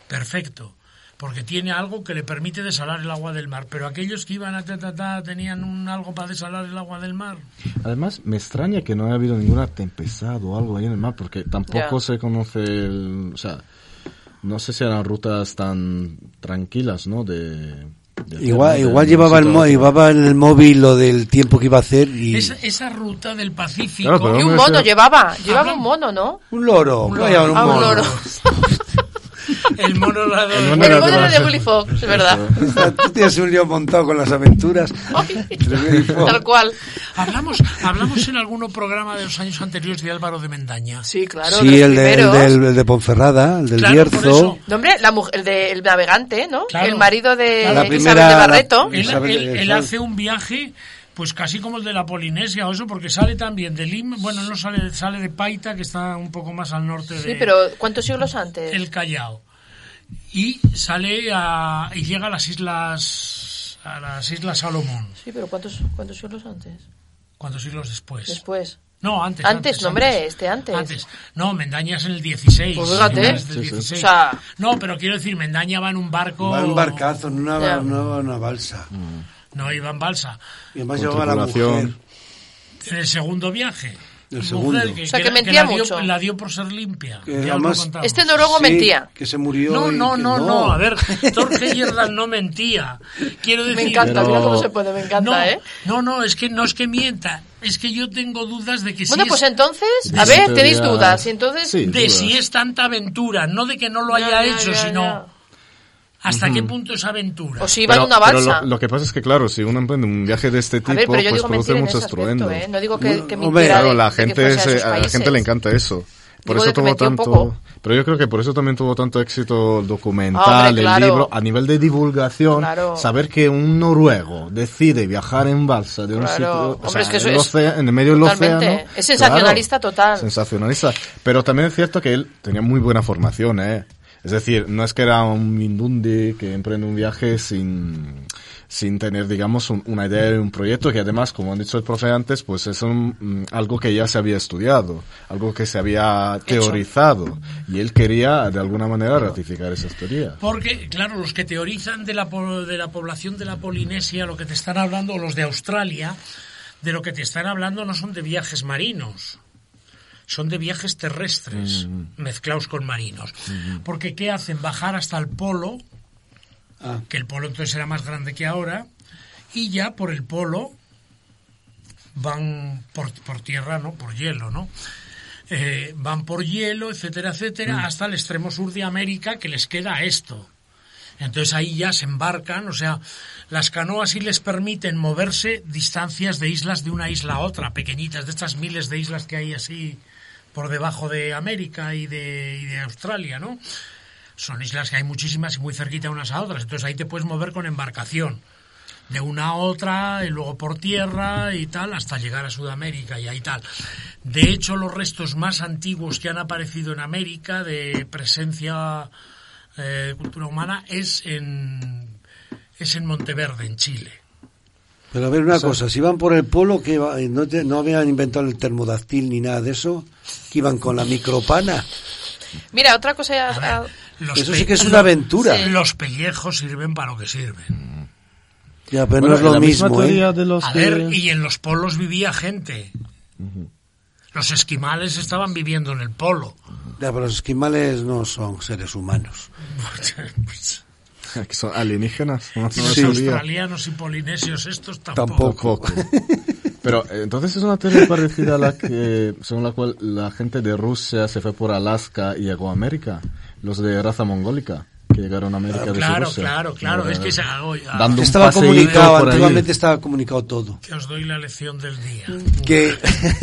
[SPEAKER 5] Perfecto, porque tiene algo que le permite desalar el agua del mar, pero aquellos que iban a ta, ta, ta, tenían un algo para desalar el agua del mar.
[SPEAKER 3] Además, me extraña que no haya habido ninguna tempestad o algo ahí en el mar, porque tampoco
[SPEAKER 4] Ya.
[SPEAKER 3] se conoce el... O sea, no sé si eran rutas tan tranquilas, ¿no? De, de
[SPEAKER 6] Igual,
[SPEAKER 3] hacer, ¿no?
[SPEAKER 6] igual
[SPEAKER 3] De
[SPEAKER 6] llevaba, el
[SPEAKER 3] un sitio
[SPEAKER 6] mo-
[SPEAKER 3] a otro.
[SPEAKER 6] llevaba en el móvil lo del tiempo que iba a hacer y...
[SPEAKER 5] Esa, esa ruta del Pacífico...
[SPEAKER 3] Claro, pero
[SPEAKER 4] Y un
[SPEAKER 3] Hombre,
[SPEAKER 4] mono
[SPEAKER 3] pero-
[SPEAKER 4] llevaba, llevaba
[SPEAKER 5] Hablan-
[SPEAKER 4] un mono, ¿no?
[SPEAKER 6] Un loro.
[SPEAKER 5] Un
[SPEAKER 6] vaya,
[SPEAKER 5] loro.
[SPEAKER 6] un
[SPEAKER 4] Ah, un
[SPEAKER 6] mono.
[SPEAKER 4] loro.
[SPEAKER 5] El mono la de-
[SPEAKER 3] El mono
[SPEAKER 4] El
[SPEAKER 3] era
[SPEAKER 4] mono
[SPEAKER 3] de-
[SPEAKER 4] era de Willy Fox, es verdad.
[SPEAKER 6] Tú tienes un lío montado con las aventuras.
[SPEAKER 4] Ay,
[SPEAKER 6] Willy Fox.
[SPEAKER 4] Tal cual.
[SPEAKER 5] Hablamos, hablamos en algún programa de los años anteriores de Álvaro de Mendaña.
[SPEAKER 4] Sí, claro.
[SPEAKER 6] sí,
[SPEAKER 4] los
[SPEAKER 6] el de, el
[SPEAKER 4] primeros.
[SPEAKER 6] del- el de Ponferrada, el del
[SPEAKER 5] Claro, por
[SPEAKER 6] Bierzo.
[SPEAKER 5] eso.
[SPEAKER 4] No, hombre, la mujer, el, de, el navegante, ¿no?
[SPEAKER 5] Claro.
[SPEAKER 4] El marido de
[SPEAKER 6] La primera-
[SPEAKER 4] Isabel de Barreto.
[SPEAKER 6] la-
[SPEAKER 5] Él,
[SPEAKER 6] Isabel-
[SPEAKER 5] él- él
[SPEAKER 6] Isabel.
[SPEAKER 5] hace un viaje, pues casi como el de la Polinesia o eso, porque sale también de Lim, bueno, no sale, sale de Paita, que está un poco más al norte de
[SPEAKER 4] Sí, pero ¿cuántos siglos antes?
[SPEAKER 5] el Callao. Y sale a, y llega a las islas a las islas Salomón,
[SPEAKER 4] Sí, pero ¿cuántos, cuántos siglos antes?
[SPEAKER 5] ¿cuántos siglos después?
[SPEAKER 4] Después.
[SPEAKER 5] No, antes.
[SPEAKER 4] Antes, no, hombre, este antes.
[SPEAKER 5] No, Mendaña es en el 16.
[SPEAKER 4] Pues fíjate.
[SPEAKER 5] finales del
[SPEAKER 3] Sí, sí.
[SPEAKER 5] 16.
[SPEAKER 4] O sea-
[SPEAKER 5] no, pero quiero decir, Mendaña va en un barco.
[SPEAKER 6] Va en barcazo, en una,
[SPEAKER 4] Ya.
[SPEAKER 6] una- una balsa.
[SPEAKER 5] No, iba en balsa.
[SPEAKER 6] Y además
[SPEAKER 3] Mm. Con
[SPEAKER 6] llevaba a la mujer.
[SPEAKER 3] tripulación.
[SPEAKER 5] En el segundo viaje.
[SPEAKER 6] El segundo.
[SPEAKER 5] mujer que,
[SPEAKER 4] O sea, que
[SPEAKER 5] la-
[SPEAKER 4] mentía
[SPEAKER 5] la dio-
[SPEAKER 4] mucho.
[SPEAKER 5] la dio por ser limpia.
[SPEAKER 6] Que
[SPEAKER 5] ya os lo
[SPEAKER 6] además-
[SPEAKER 5] contamos.
[SPEAKER 4] Este noruego
[SPEAKER 6] Sí,
[SPEAKER 4] mentía.
[SPEAKER 6] Que se murió.
[SPEAKER 5] No,
[SPEAKER 6] y
[SPEAKER 5] no,
[SPEAKER 6] que
[SPEAKER 5] no, no. A ver, Jorge Gerdal no mentía. Quiero decir.
[SPEAKER 4] Me encanta,
[SPEAKER 8] Pero-
[SPEAKER 4] mira cómo se puede, me encanta,
[SPEAKER 5] no,
[SPEAKER 4] ¿eh?
[SPEAKER 5] No, no, es que no es que mienta. Es que yo tengo dudas de que
[SPEAKER 4] Bueno,
[SPEAKER 5] si
[SPEAKER 4] pues
[SPEAKER 5] es,
[SPEAKER 4] entonces, a
[SPEAKER 8] Sí,
[SPEAKER 4] ver,
[SPEAKER 8] pero
[SPEAKER 4] tenéis
[SPEAKER 8] ya-
[SPEAKER 4] dudas. Y entonces,
[SPEAKER 8] Sí,
[SPEAKER 5] de
[SPEAKER 8] dudas.
[SPEAKER 5] si es tanta aventura. No de que no lo
[SPEAKER 4] Ya, ya,
[SPEAKER 5] haya hecho,
[SPEAKER 4] ya,
[SPEAKER 5] sino
[SPEAKER 4] ya.
[SPEAKER 5] hasta qué punto es aventura.
[SPEAKER 4] o si iba en
[SPEAKER 3] Pero-
[SPEAKER 4] una
[SPEAKER 3] pero
[SPEAKER 4] balsa.
[SPEAKER 3] lo, lo que pasa es que, claro, si uno emprende un viaje de este tipo,
[SPEAKER 4] a ver, pero yo
[SPEAKER 3] pues
[SPEAKER 4] digo
[SPEAKER 3] produce
[SPEAKER 4] mentir en
[SPEAKER 3] mucho
[SPEAKER 4] ese aspecto,
[SPEAKER 3] estruendo.
[SPEAKER 4] ¿eh? No digo que, que
[SPEAKER 6] Hombre,
[SPEAKER 4] mintiera
[SPEAKER 3] Claro,
[SPEAKER 4] de-
[SPEAKER 3] la
[SPEAKER 4] de que
[SPEAKER 3] gente,
[SPEAKER 4] fuese a
[SPEAKER 3] se-
[SPEAKER 4] esos
[SPEAKER 3] a, la gente
[SPEAKER 4] países.
[SPEAKER 3] le encanta eso. Por
[SPEAKER 4] Digo, de
[SPEAKER 3] eso
[SPEAKER 4] que
[SPEAKER 3] tuvo
[SPEAKER 4] metió un
[SPEAKER 3] tanto.
[SPEAKER 4] poco.
[SPEAKER 3] Pero yo creo que por eso también tuvo tanto éxito el documental,
[SPEAKER 4] Ah, hombre, claro.
[SPEAKER 3] el libro. A nivel de divulgación,
[SPEAKER 4] Claro.
[SPEAKER 3] saber que un noruego decide viajar en balsa de un
[SPEAKER 4] Claro.
[SPEAKER 3] sitio. o
[SPEAKER 4] Hombre,
[SPEAKER 3] sea,
[SPEAKER 4] es que eso
[SPEAKER 3] en, el
[SPEAKER 4] es-
[SPEAKER 3] ocea- en el medio del
[SPEAKER 4] totalmente.
[SPEAKER 3] océano.
[SPEAKER 4] Es sensacionalista total.
[SPEAKER 3] Sensacionalista. Pero también es cierto que él tenía muy buena formación, ¿eh? Es decir, no es que era un mindundi que emprende un viaje sin, sin tener, digamos, un- una idea de un proyecto que además, como han dicho el profe antes, pues es un- mm, algo que ya se había estudiado, algo que se había teorizado. Y él quería, de alguna manera, ratificar esa teoría.
[SPEAKER 5] Porque, claro, los que teorizan de la, po- de la población de la Polinesia, lo que te están hablando, o los de Australia, de lo que te están hablando no son de viajes marinos, son de viajes terrestres mezclados con marinos. Porque, ¿qué hacen? Bajar hasta el polo, que el polo entonces era más grande que ahora, y ya por el polo van por, por tierra, ¿no? Por hielo, ¿no? eh, van por hielo, etcétera, etcétera, hasta el extremo sur de América que les queda esto. Entonces ahí ya se embarcan, o sea, las canoas sí les permiten moverse distancias de islas de una isla a otra, pequeñitas, de estas miles de islas que hay así por debajo de América y de, y de Australia, ¿no? Son islas que hay muchísimas y muy cerquita unas a otras, entonces ahí te puedes mover con embarcación de una a otra y luego por tierra y tal hasta llegar a Sudamérica y ahí tal. De hecho, los restos más antiguos que han aparecido en América de presencia eh, de cultura humana es en es en Monteverde, en Chile.
[SPEAKER 6] Pero a ver una cosa, si iban por el polo, que iba- no, te- no habían inventado el termodactil ni nada de eso, que iban con la micropana.
[SPEAKER 4] Mira, otra cosa ya... ah,
[SPEAKER 5] Los
[SPEAKER 6] Eso
[SPEAKER 5] pe-
[SPEAKER 6] sí que es una aventura.
[SPEAKER 5] Los pellejos sirven para lo que sirven.
[SPEAKER 6] Ya, pero
[SPEAKER 3] Bueno,
[SPEAKER 6] no es lo
[SPEAKER 3] la misma
[SPEAKER 6] mismo,
[SPEAKER 3] teoría
[SPEAKER 6] ¿eh?
[SPEAKER 3] de los
[SPEAKER 5] A
[SPEAKER 3] que-
[SPEAKER 5] ver, y en los polos vivía gente. Los esquimales estaban viviendo en el polo.
[SPEAKER 6] Ya, pero los esquimales no son seres humanos.
[SPEAKER 3] que son alienígenas. No,
[SPEAKER 5] los
[SPEAKER 3] sabía.
[SPEAKER 5] australianos y polinesios estos tampoco.
[SPEAKER 6] Tampoco.
[SPEAKER 3] Poco. Pero eh, entonces es una teoría parecida a la que, según la cual la gente de Rusia se fue por Alaska y llegó a América. Los de raza mongólica que llegaron a América desde
[SPEAKER 5] Claro,
[SPEAKER 3] Rusia.
[SPEAKER 5] claro, claro,
[SPEAKER 3] Eh,
[SPEAKER 5] es ah, que se hago ya.
[SPEAKER 3] dando un
[SPEAKER 6] Estaba
[SPEAKER 3] paseíto
[SPEAKER 6] comunicado,
[SPEAKER 3] por ahí.
[SPEAKER 6] antiguamente estaba comunicado todo.
[SPEAKER 5] Que os doy la lección del día.
[SPEAKER 4] Mm.
[SPEAKER 6] Que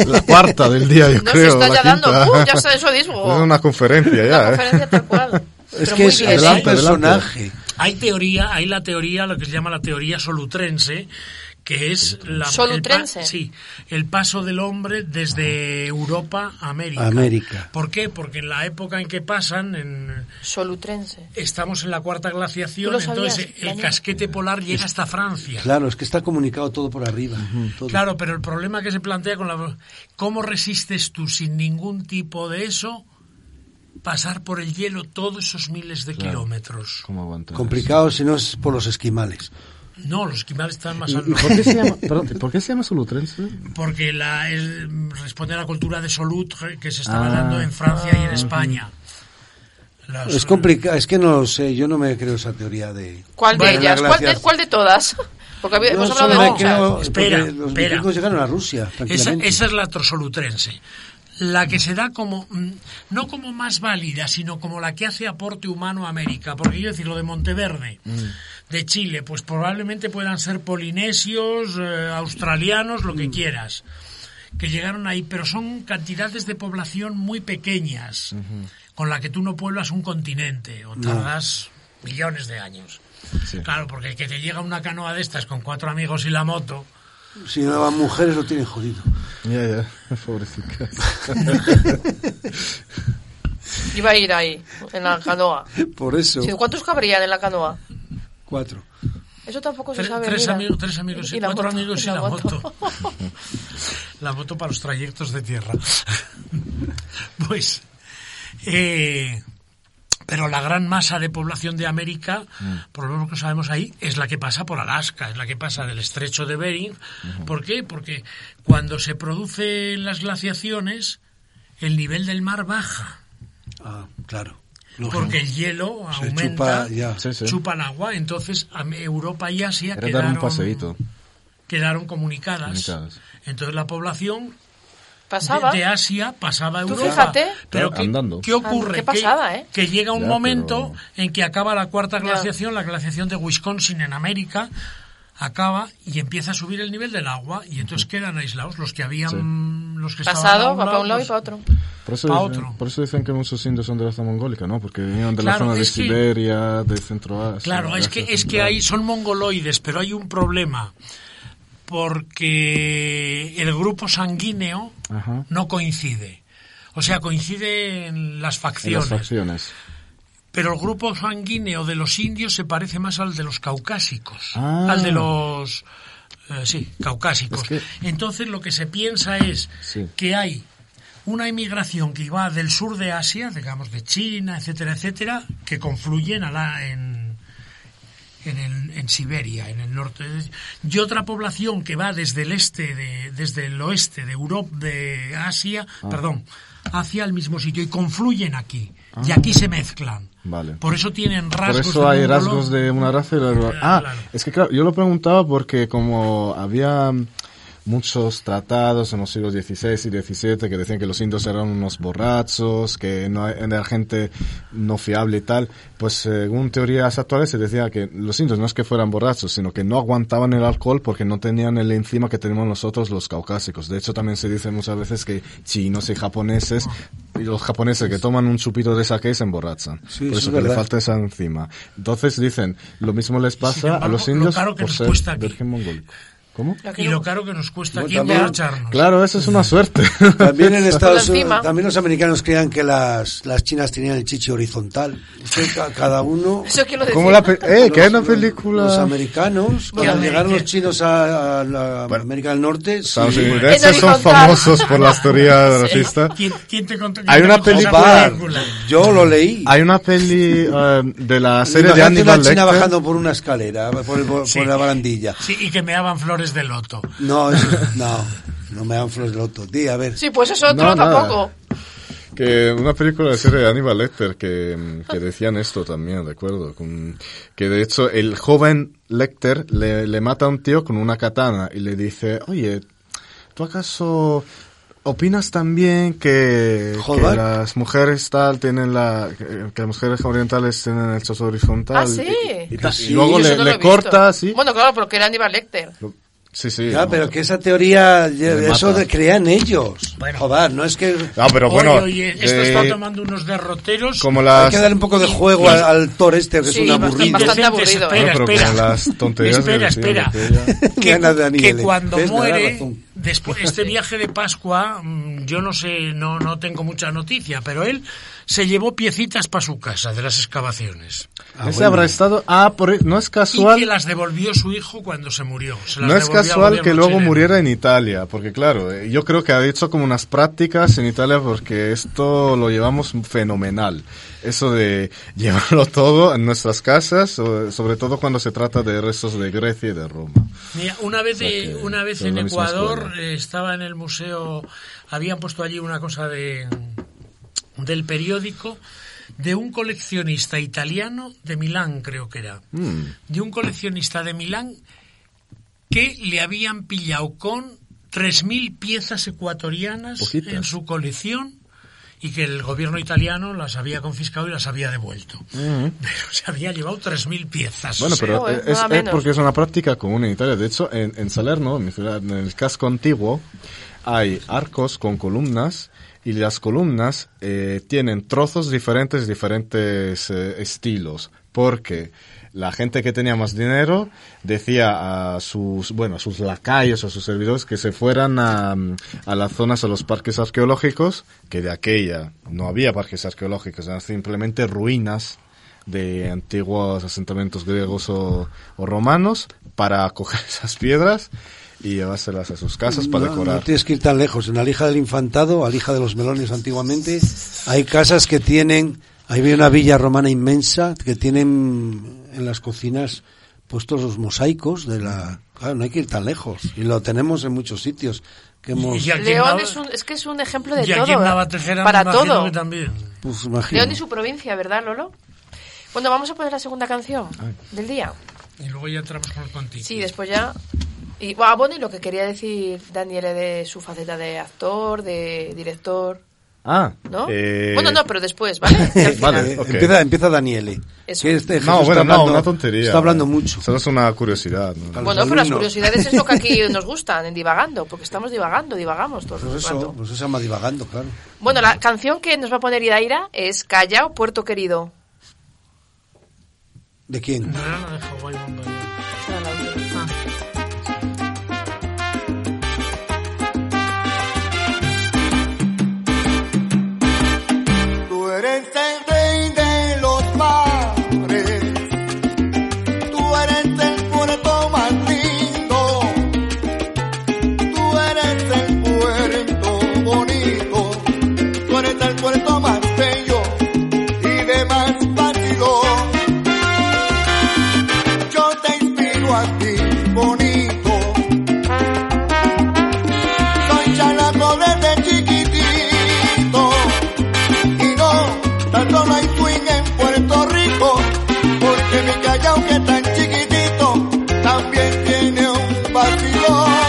[SPEAKER 3] La cuarta del día, yo
[SPEAKER 4] No, se
[SPEAKER 3] creo.
[SPEAKER 4] está
[SPEAKER 3] la
[SPEAKER 4] ya dando.
[SPEAKER 3] quinta.
[SPEAKER 4] Uh, ya está, eso digo.
[SPEAKER 3] Es una conferencia
[SPEAKER 4] la
[SPEAKER 3] ya, ¿eh?
[SPEAKER 4] conferencia tal cual.
[SPEAKER 6] es
[SPEAKER 4] Pero
[SPEAKER 6] que
[SPEAKER 4] muy
[SPEAKER 6] es,
[SPEAKER 4] bien,
[SPEAKER 6] es un
[SPEAKER 4] ¿eh?
[SPEAKER 3] adelante.
[SPEAKER 6] personaje.
[SPEAKER 5] Hay teoría, hay la teoría, lo que se llama la teoría solutrense, que es la
[SPEAKER 4] ¿Solutrense?
[SPEAKER 5] el sí, el paso del hombre desde Europa a América.
[SPEAKER 6] América.
[SPEAKER 5] ¿Por qué? Porque en la época en que pasan, en,
[SPEAKER 4] Solutrense.
[SPEAKER 5] estamos en la cuarta glaciación,
[SPEAKER 4] ¿Tú lo sabías,
[SPEAKER 5] entonces el
[SPEAKER 4] Daniel?
[SPEAKER 5] casquete polar llega hasta Francia.
[SPEAKER 6] Claro, es que está comunicado todo por arriba. todo.
[SPEAKER 5] Claro, pero el problema que se plantea con la... ¿Cómo resistes tú sin ningún tipo de eso pasar por el hielo todos esos miles de kilómetros?
[SPEAKER 3] ¿Cómo aguantan
[SPEAKER 6] Complicado si no es por los esquimales.
[SPEAKER 5] No, los esquimales están más
[SPEAKER 3] eso?
[SPEAKER 5] al
[SPEAKER 3] ¿Y, y por qué se llama, perdón, ¿y por qué se llama Solutrense?
[SPEAKER 5] porque la, es- responde a la cultura de Solutre que se estaba
[SPEAKER 3] Ah.
[SPEAKER 5] dando en Francia y en España. Las-
[SPEAKER 6] Es complicado, es que no lo sé, yo no me creo esa teoría de...
[SPEAKER 4] ¿Cuál de
[SPEAKER 6] Bueno,
[SPEAKER 4] ellas? ¿Cuál de,
[SPEAKER 6] gracias.
[SPEAKER 4] cuál de todas? Porque había-
[SPEAKER 6] Yo
[SPEAKER 4] hemos
[SPEAKER 6] solo
[SPEAKER 4] hablado de
[SPEAKER 6] me
[SPEAKER 5] no,
[SPEAKER 4] muchas.
[SPEAKER 6] creo- porque
[SPEAKER 5] espera,
[SPEAKER 6] los
[SPEAKER 5] espera.
[SPEAKER 6] vikingos llegaron a Rusia,
[SPEAKER 5] Esa,
[SPEAKER 6] tranquilamente.
[SPEAKER 5] esa es la trosolutrense. La que se da como, mm, no como más válida, sino como la que hace aporte humano a América. Porque quiero decir, lo de Monteverde, de Chile, pues probablemente puedan ser polinesios, eh, australianos, lo que quieras, que llegaron ahí, pero son cantidades de población muy pequeñas, con la que tú no pueblas un continente, o tardas millones de años.
[SPEAKER 3] Sí.
[SPEAKER 5] Claro, porque el que te llega una canoa de estas con cuatro amigos y la moto,
[SPEAKER 6] Si no, las mujeres lo tienen jodido.
[SPEAKER 3] Ya, ya, pobrecita.
[SPEAKER 4] Iba a ir ahí, en la canoa.
[SPEAKER 6] Por eso,
[SPEAKER 4] Sí, ¿Cuántos cabrían en la canoa?
[SPEAKER 6] cuatro.
[SPEAKER 4] Eso tampoco se
[SPEAKER 5] Tre-
[SPEAKER 4] sabe.
[SPEAKER 5] tres,
[SPEAKER 4] mira.
[SPEAKER 5] amigos, tres amigos y,
[SPEAKER 4] la
[SPEAKER 5] cuatro
[SPEAKER 4] moto,
[SPEAKER 5] amigos y la moto. la moto para los trayectos de tierra. pues, eh, pero la gran masa de población de América,
[SPEAKER 3] Mm.
[SPEAKER 5] por lo menos que sabemos ahí, es la que pasa por Alaska, es la que pasa del estrecho de Bering. ¿Por qué? Porque cuando se producen las glaciaciones, el nivel del mar baja,
[SPEAKER 6] Ah, claro.
[SPEAKER 5] porque el hielo
[SPEAKER 6] Se
[SPEAKER 5] aumenta,
[SPEAKER 6] chupa, ya.
[SPEAKER 3] Sí, sí.
[SPEAKER 5] chupa el agua, entonces am- Europa y Asia
[SPEAKER 3] Era dar
[SPEAKER 5] quedaron,
[SPEAKER 3] un paseíto.
[SPEAKER 5] quedaron comunicadas.
[SPEAKER 3] Comunicadas.
[SPEAKER 5] Entonces la población
[SPEAKER 4] Pasaba.
[SPEAKER 5] de, de Asia pasaba a
[SPEAKER 4] Tú
[SPEAKER 5] Europa.
[SPEAKER 4] fíjate.
[SPEAKER 5] Pero
[SPEAKER 3] Claro,
[SPEAKER 5] ¿qué,
[SPEAKER 3] andando.
[SPEAKER 5] qué ocurre?
[SPEAKER 4] Qué pasada,
[SPEAKER 5] Que-
[SPEAKER 4] ¿eh?
[SPEAKER 5] Que, llega un
[SPEAKER 3] Ya,
[SPEAKER 5] momento en que acaba la cuarta
[SPEAKER 4] Ya.
[SPEAKER 5] glaciación, la glaciación de Wisconsin en América, acaba y empieza a subir el nivel del agua y entonces quedan aislados los que habían... Los que estaban a
[SPEAKER 4] Pasado,
[SPEAKER 5] un
[SPEAKER 4] va para
[SPEAKER 5] lado,
[SPEAKER 4] un lado y
[SPEAKER 5] los-
[SPEAKER 4] para otro.
[SPEAKER 3] Por eso,
[SPEAKER 5] Pa'
[SPEAKER 3] dicen,
[SPEAKER 5] otro.
[SPEAKER 3] por eso dicen que muchos indios son de raza mongólica, ¿no? Porque vinieron de
[SPEAKER 5] Claro,
[SPEAKER 3] la zona de
[SPEAKER 5] es que-
[SPEAKER 3] Siberia, de Centro Asia.
[SPEAKER 5] Claro,
[SPEAKER 3] de
[SPEAKER 5] es
[SPEAKER 3] Asia
[SPEAKER 5] que, es que
[SPEAKER 3] Central.
[SPEAKER 5] ahí son mongoloides, pero hay un problema. Porque el grupo sanguíneo
[SPEAKER 3] Ajá.
[SPEAKER 5] no coincide. O sea, coinciden las
[SPEAKER 3] En las
[SPEAKER 5] facciones.
[SPEAKER 3] facciones.
[SPEAKER 5] Pero el grupo sanguíneo de los indios se parece más al de los caucásicos,
[SPEAKER 3] Ah.
[SPEAKER 5] al de los eh, sí, caucásicos.
[SPEAKER 3] Es
[SPEAKER 5] Entonces lo que se piensa es
[SPEAKER 3] Sí.
[SPEAKER 5] que hay una inmigración que va del sur de Asia, digamos de China, etcétera, etcétera, que confluyen a la, en, en, el- en Siberia, en el norte, de- y otra población que va desde el este, de- desde el oeste de Europa, de Asia,
[SPEAKER 3] Ah.
[SPEAKER 5] perdón, hacia el mismo sitio y confluyen aquí y aquí se mezclan.
[SPEAKER 3] Ah. Vale.
[SPEAKER 5] Por eso tienen rasgos.
[SPEAKER 3] Por eso
[SPEAKER 5] de
[SPEAKER 3] hay
[SPEAKER 5] mongolo-
[SPEAKER 3] rasgos de una raza y de otra. Ah,
[SPEAKER 5] claro.
[SPEAKER 3] es que claro, yo lo preguntaba porque como había muchos tratados en los siglos XVI y XVII que decían que los indios eran unos borrachos, que no era gente no fiable y tal, pues según teorías actuales se decía que los indios no es que fueran borrachos, sino que no aguantaban el alcohol porque no tenían el enzima que tenemos nosotros los caucásicos. De hecho también se dice muchas veces que chinos y japoneses, y los japoneses que toman un chupito de sake se emborrachan.
[SPEAKER 6] Sí,
[SPEAKER 3] Por eso
[SPEAKER 6] eso es
[SPEAKER 3] que le
[SPEAKER 6] verdad.
[SPEAKER 3] falta esa encima. Entonces dicen, lo mismo les pasa
[SPEAKER 5] embargo,
[SPEAKER 3] a los
[SPEAKER 5] lo
[SPEAKER 3] indios
[SPEAKER 5] caro que
[SPEAKER 3] por
[SPEAKER 5] nos
[SPEAKER 3] ser
[SPEAKER 5] cuesta aquí.
[SPEAKER 3] virgen mongólico. ¿Cómo?
[SPEAKER 5] Y lo caro que nos cuesta aquí
[SPEAKER 6] también-
[SPEAKER 5] emborracharnos.
[SPEAKER 3] Claro, eso es una suerte.
[SPEAKER 6] También en Estados
[SPEAKER 4] Por encima.
[SPEAKER 6] Unidos, también los americanos creían que las, las chinas tenían el chichi horizontal. Usted, ca- cada uno.
[SPEAKER 4] Eso quiero decir.
[SPEAKER 3] Como la pe- eh, que hay una
[SPEAKER 6] los- Los
[SPEAKER 3] película
[SPEAKER 6] americanos,
[SPEAKER 5] Bueno,
[SPEAKER 6] cuando llegaron
[SPEAKER 5] eh,
[SPEAKER 6] los chinos a, a la América del Norte, sí,
[SPEAKER 3] estadounidenses
[SPEAKER 4] En
[SPEAKER 3] son
[SPEAKER 4] horizontal.
[SPEAKER 3] famosos por las teorías racistas.
[SPEAKER 5] ¿Quién, quién te contó?
[SPEAKER 3] Hay
[SPEAKER 5] quién
[SPEAKER 3] una
[SPEAKER 5] te contó esa
[SPEAKER 6] Bar,
[SPEAKER 5] película?
[SPEAKER 6] yo lo leí.
[SPEAKER 3] Hay una peli eh, de la serie de
[SPEAKER 6] Imagínate
[SPEAKER 3] Aníbal
[SPEAKER 6] una china
[SPEAKER 3] Lecter.
[SPEAKER 6] bajando por una escalera, por, por-
[SPEAKER 5] Sí.
[SPEAKER 6] por la barandilla.
[SPEAKER 5] Sí, y que me daban flores de loto.
[SPEAKER 6] No, eso- no, no me dan flores del otro día, a ver.
[SPEAKER 4] Sí, pues eso otro
[SPEAKER 3] No, nada.
[SPEAKER 4] tampoco.
[SPEAKER 3] Que una película de serie de Aníbal Lecter que, mm, que decían esto también, de acuerdo. Con- que de hecho el joven Lecter le, le mata a un tío con una katana y le dice, oye, ¿tú acaso opinas también que, que
[SPEAKER 6] Joder.
[SPEAKER 3] las mujeres tal tienen la... que, que las mujeres orientales tienen el choso horizontal?
[SPEAKER 4] Ah, sí.
[SPEAKER 3] Y, y tal?
[SPEAKER 6] Sí.
[SPEAKER 3] Y luego
[SPEAKER 4] Yo eso
[SPEAKER 3] le,
[SPEAKER 4] no lo
[SPEAKER 3] le
[SPEAKER 4] he visto.
[SPEAKER 3] corta así.
[SPEAKER 4] Bueno, claro, porque era Aníbal Lecter.
[SPEAKER 3] sí, sí.
[SPEAKER 6] Ya,
[SPEAKER 3] no.
[SPEAKER 6] pero que esa teoría,
[SPEAKER 3] Le
[SPEAKER 6] eso
[SPEAKER 3] mata.
[SPEAKER 6] de- crean ellos.
[SPEAKER 5] Bueno.
[SPEAKER 6] Joder, no es que...
[SPEAKER 3] Ah, pero
[SPEAKER 5] Oye,
[SPEAKER 3] bueno,
[SPEAKER 5] oye, esto
[SPEAKER 3] eh,
[SPEAKER 5] está tomando unos derroteros.
[SPEAKER 3] como
[SPEAKER 6] Hay
[SPEAKER 3] las...
[SPEAKER 6] que dar un poco de juego al, al Thor este, que
[SPEAKER 4] Sí,
[SPEAKER 6] es un
[SPEAKER 4] bastante-
[SPEAKER 6] aburrido.
[SPEAKER 4] bastante
[SPEAKER 5] indecentes.
[SPEAKER 4] aburrido,
[SPEAKER 5] Espera,
[SPEAKER 4] ¿eh?
[SPEAKER 3] No, pero
[SPEAKER 5] espera.
[SPEAKER 3] con las tonterías
[SPEAKER 5] espera,
[SPEAKER 3] que decían
[SPEAKER 5] espera.
[SPEAKER 3] aquella.
[SPEAKER 5] Que,
[SPEAKER 6] Ganas de
[SPEAKER 5] que
[SPEAKER 6] Aníbal, ¿eh?
[SPEAKER 5] cuando
[SPEAKER 6] Ves, me da
[SPEAKER 5] muere,
[SPEAKER 6] razón.
[SPEAKER 5] después este viaje de Pascua, mm, yo no sé, no, no tengo mucha noticia, pero él se llevó piecitas para su casa de las excavaciones.
[SPEAKER 3] Ese habrá estado. Ah, por- no es
[SPEAKER 5] Y que
[SPEAKER 3] casual.
[SPEAKER 5] las devolvió su hijo cuando se murió. Se las
[SPEAKER 3] No es
[SPEAKER 5] devolvió al
[SPEAKER 3] casual que
[SPEAKER 5] gobierno
[SPEAKER 3] luego
[SPEAKER 5] chileno.
[SPEAKER 3] muriera en Italia, porque claro, eh, yo creo que ha hecho como unas prácticas en Italia porque esto lo llevamos fenomenal. Eso de llevarlo todo en nuestras casas, so- sobre todo cuando se trata de restos de Grecia y de Roma.
[SPEAKER 5] Mira, una vez, eh,
[SPEAKER 3] que
[SPEAKER 5] una vez
[SPEAKER 3] son
[SPEAKER 5] en
[SPEAKER 3] la misma
[SPEAKER 5] Ecuador
[SPEAKER 3] escuela.
[SPEAKER 5] eh, estaba en el museo, habían puesto allí una cosa de del periódico de un coleccionista italiano de Milán, creo que era,
[SPEAKER 3] Mm.
[SPEAKER 5] de un coleccionista de Milán que le habían pillado con 3.000 piezas ecuatorianas
[SPEAKER 3] Poquitas.
[SPEAKER 5] en su colección y que el gobierno italiano las había confiscado y las había devuelto. Pero se había llevado 3.000 piezas.
[SPEAKER 3] Mm. Bueno,
[SPEAKER 5] o sea,
[SPEAKER 3] pero
[SPEAKER 4] Joder,
[SPEAKER 3] eh, es,
[SPEAKER 4] nada
[SPEAKER 3] es
[SPEAKER 4] menos.
[SPEAKER 3] porque es una práctica común en Italia. De hecho, en, en Salerno, en mi ciudad, en el casco antiguo, hay arcos con columnas y las columnas eh, tienen trozos diferentes, diferentes eh, estilos. Porque la gente que tenía más dinero decía a sus, bueno, a sus lacayos, a sus servidores que se fueran a, mm, a las zonas, a los parques arqueológicos, que de aquella no había parques arqueológicos, eran simplemente ruinas de antiguos asentamientos griegos o, o romanos para coger esas piedras y llevárselas a sus casas para
[SPEAKER 6] No,
[SPEAKER 3] decorar.
[SPEAKER 6] No tienes que ir tan lejos. En Alija del Infantado, Alija de los Melones antiguamente, hay casas que tienen Ahí hay una villa romana inmensa que tienen en las cocinas puestos los mosaicos de la... Claro, no hay que ir tan lejos. Y lo tenemos en muchos sitios. Que hemos...
[SPEAKER 5] Y aquí en
[SPEAKER 4] León
[SPEAKER 5] Nava-
[SPEAKER 4] es, un- es que es un ejemplo de
[SPEAKER 5] y
[SPEAKER 4] todo. ¿eh?
[SPEAKER 5] aquí en Navatejera me
[SPEAKER 4] para
[SPEAKER 5] imagino
[SPEAKER 4] todo.
[SPEAKER 5] que también.
[SPEAKER 6] Pues imagino.
[SPEAKER 4] León y su provincia, ¿verdad, Lolo? Bueno, vamos a poner la segunda canción del día.
[SPEAKER 5] Y luego ya entramos con el contigo.
[SPEAKER 4] Sí, después ya. Y ah, bueno, y lo que quería decir Daniele de su faceta de actor, de director,
[SPEAKER 3] Ah,
[SPEAKER 4] ¿no?
[SPEAKER 3] eh,
[SPEAKER 4] Bueno, no, pero después, ¿vale? Que al final-
[SPEAKER 3] Vale,
[SPEAKER 6] Eh,
[SPEAKER 3] ok.
[SPEAKER 6] empieza, empieza Daniele.
[SPEAKER 4] Eso.
[SPEAKER 6] Que este Jesús
[SPEAKER 3] No, bueno,
[SPEAKER 6] está
[SPEAKER 3] no,
[SPEAKER 6] hablando-
[SPEAKER 3] una tontería.
[SPEAKER 6] Está hablando mucho.
[SPEAKER 3] Solo es una curiosidad. ¿no?
[SPEAKER 6] Tal-
[SPEAKER 4] Bueno,
[SPEAKER 6] los
[SPEAKER 4] pero las
[SPEAKER 6] alumnos.
[SPEAKER 4] curiosidades es lo que aquí nos gustan, en divagando, porque estamos divagando, divagamos todo el
[SPEAKER 6] Pues eso,
[SPEAKER 4] rato.
[SPEAKER 6] pues eso se llama divagando, claro.
[SPEAKER 4] Bueno, la canción que nos va a poner Idaira es Callao, Puerto Querido.
[SPEAKER 6] ¿De quién?
[SPEAKER 5] No era la de Hawái Bombay.
[SPEAKER 10] Tú eres el rey de los mares. Tú eres el puerto más lindo. Tú eres el puerto bonito. Tú eres el puerto más bello y de más partido. Yo te inspiro a ti, bonito. Soy chalaco desde chiquitito. Y no, tanto no hay swing en Puerto Rico, porque mi callao que es tan chiquitito, también tiene un vacilón.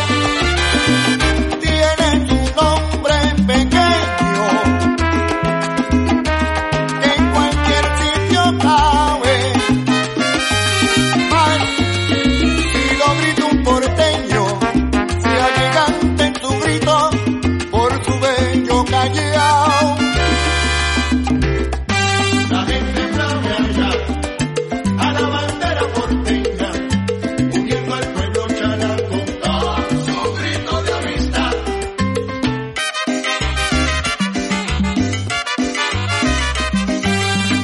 [SPEAKER 10] Tiene tu nombre pequeño, que en cualquier sitio cabe. Más, si lo grita un porteño, sea gigante en su grito, por su bello callao. La gente aplaude allá a la bandera porteña, uniendo al pueblo chalaco con su grito de amistad.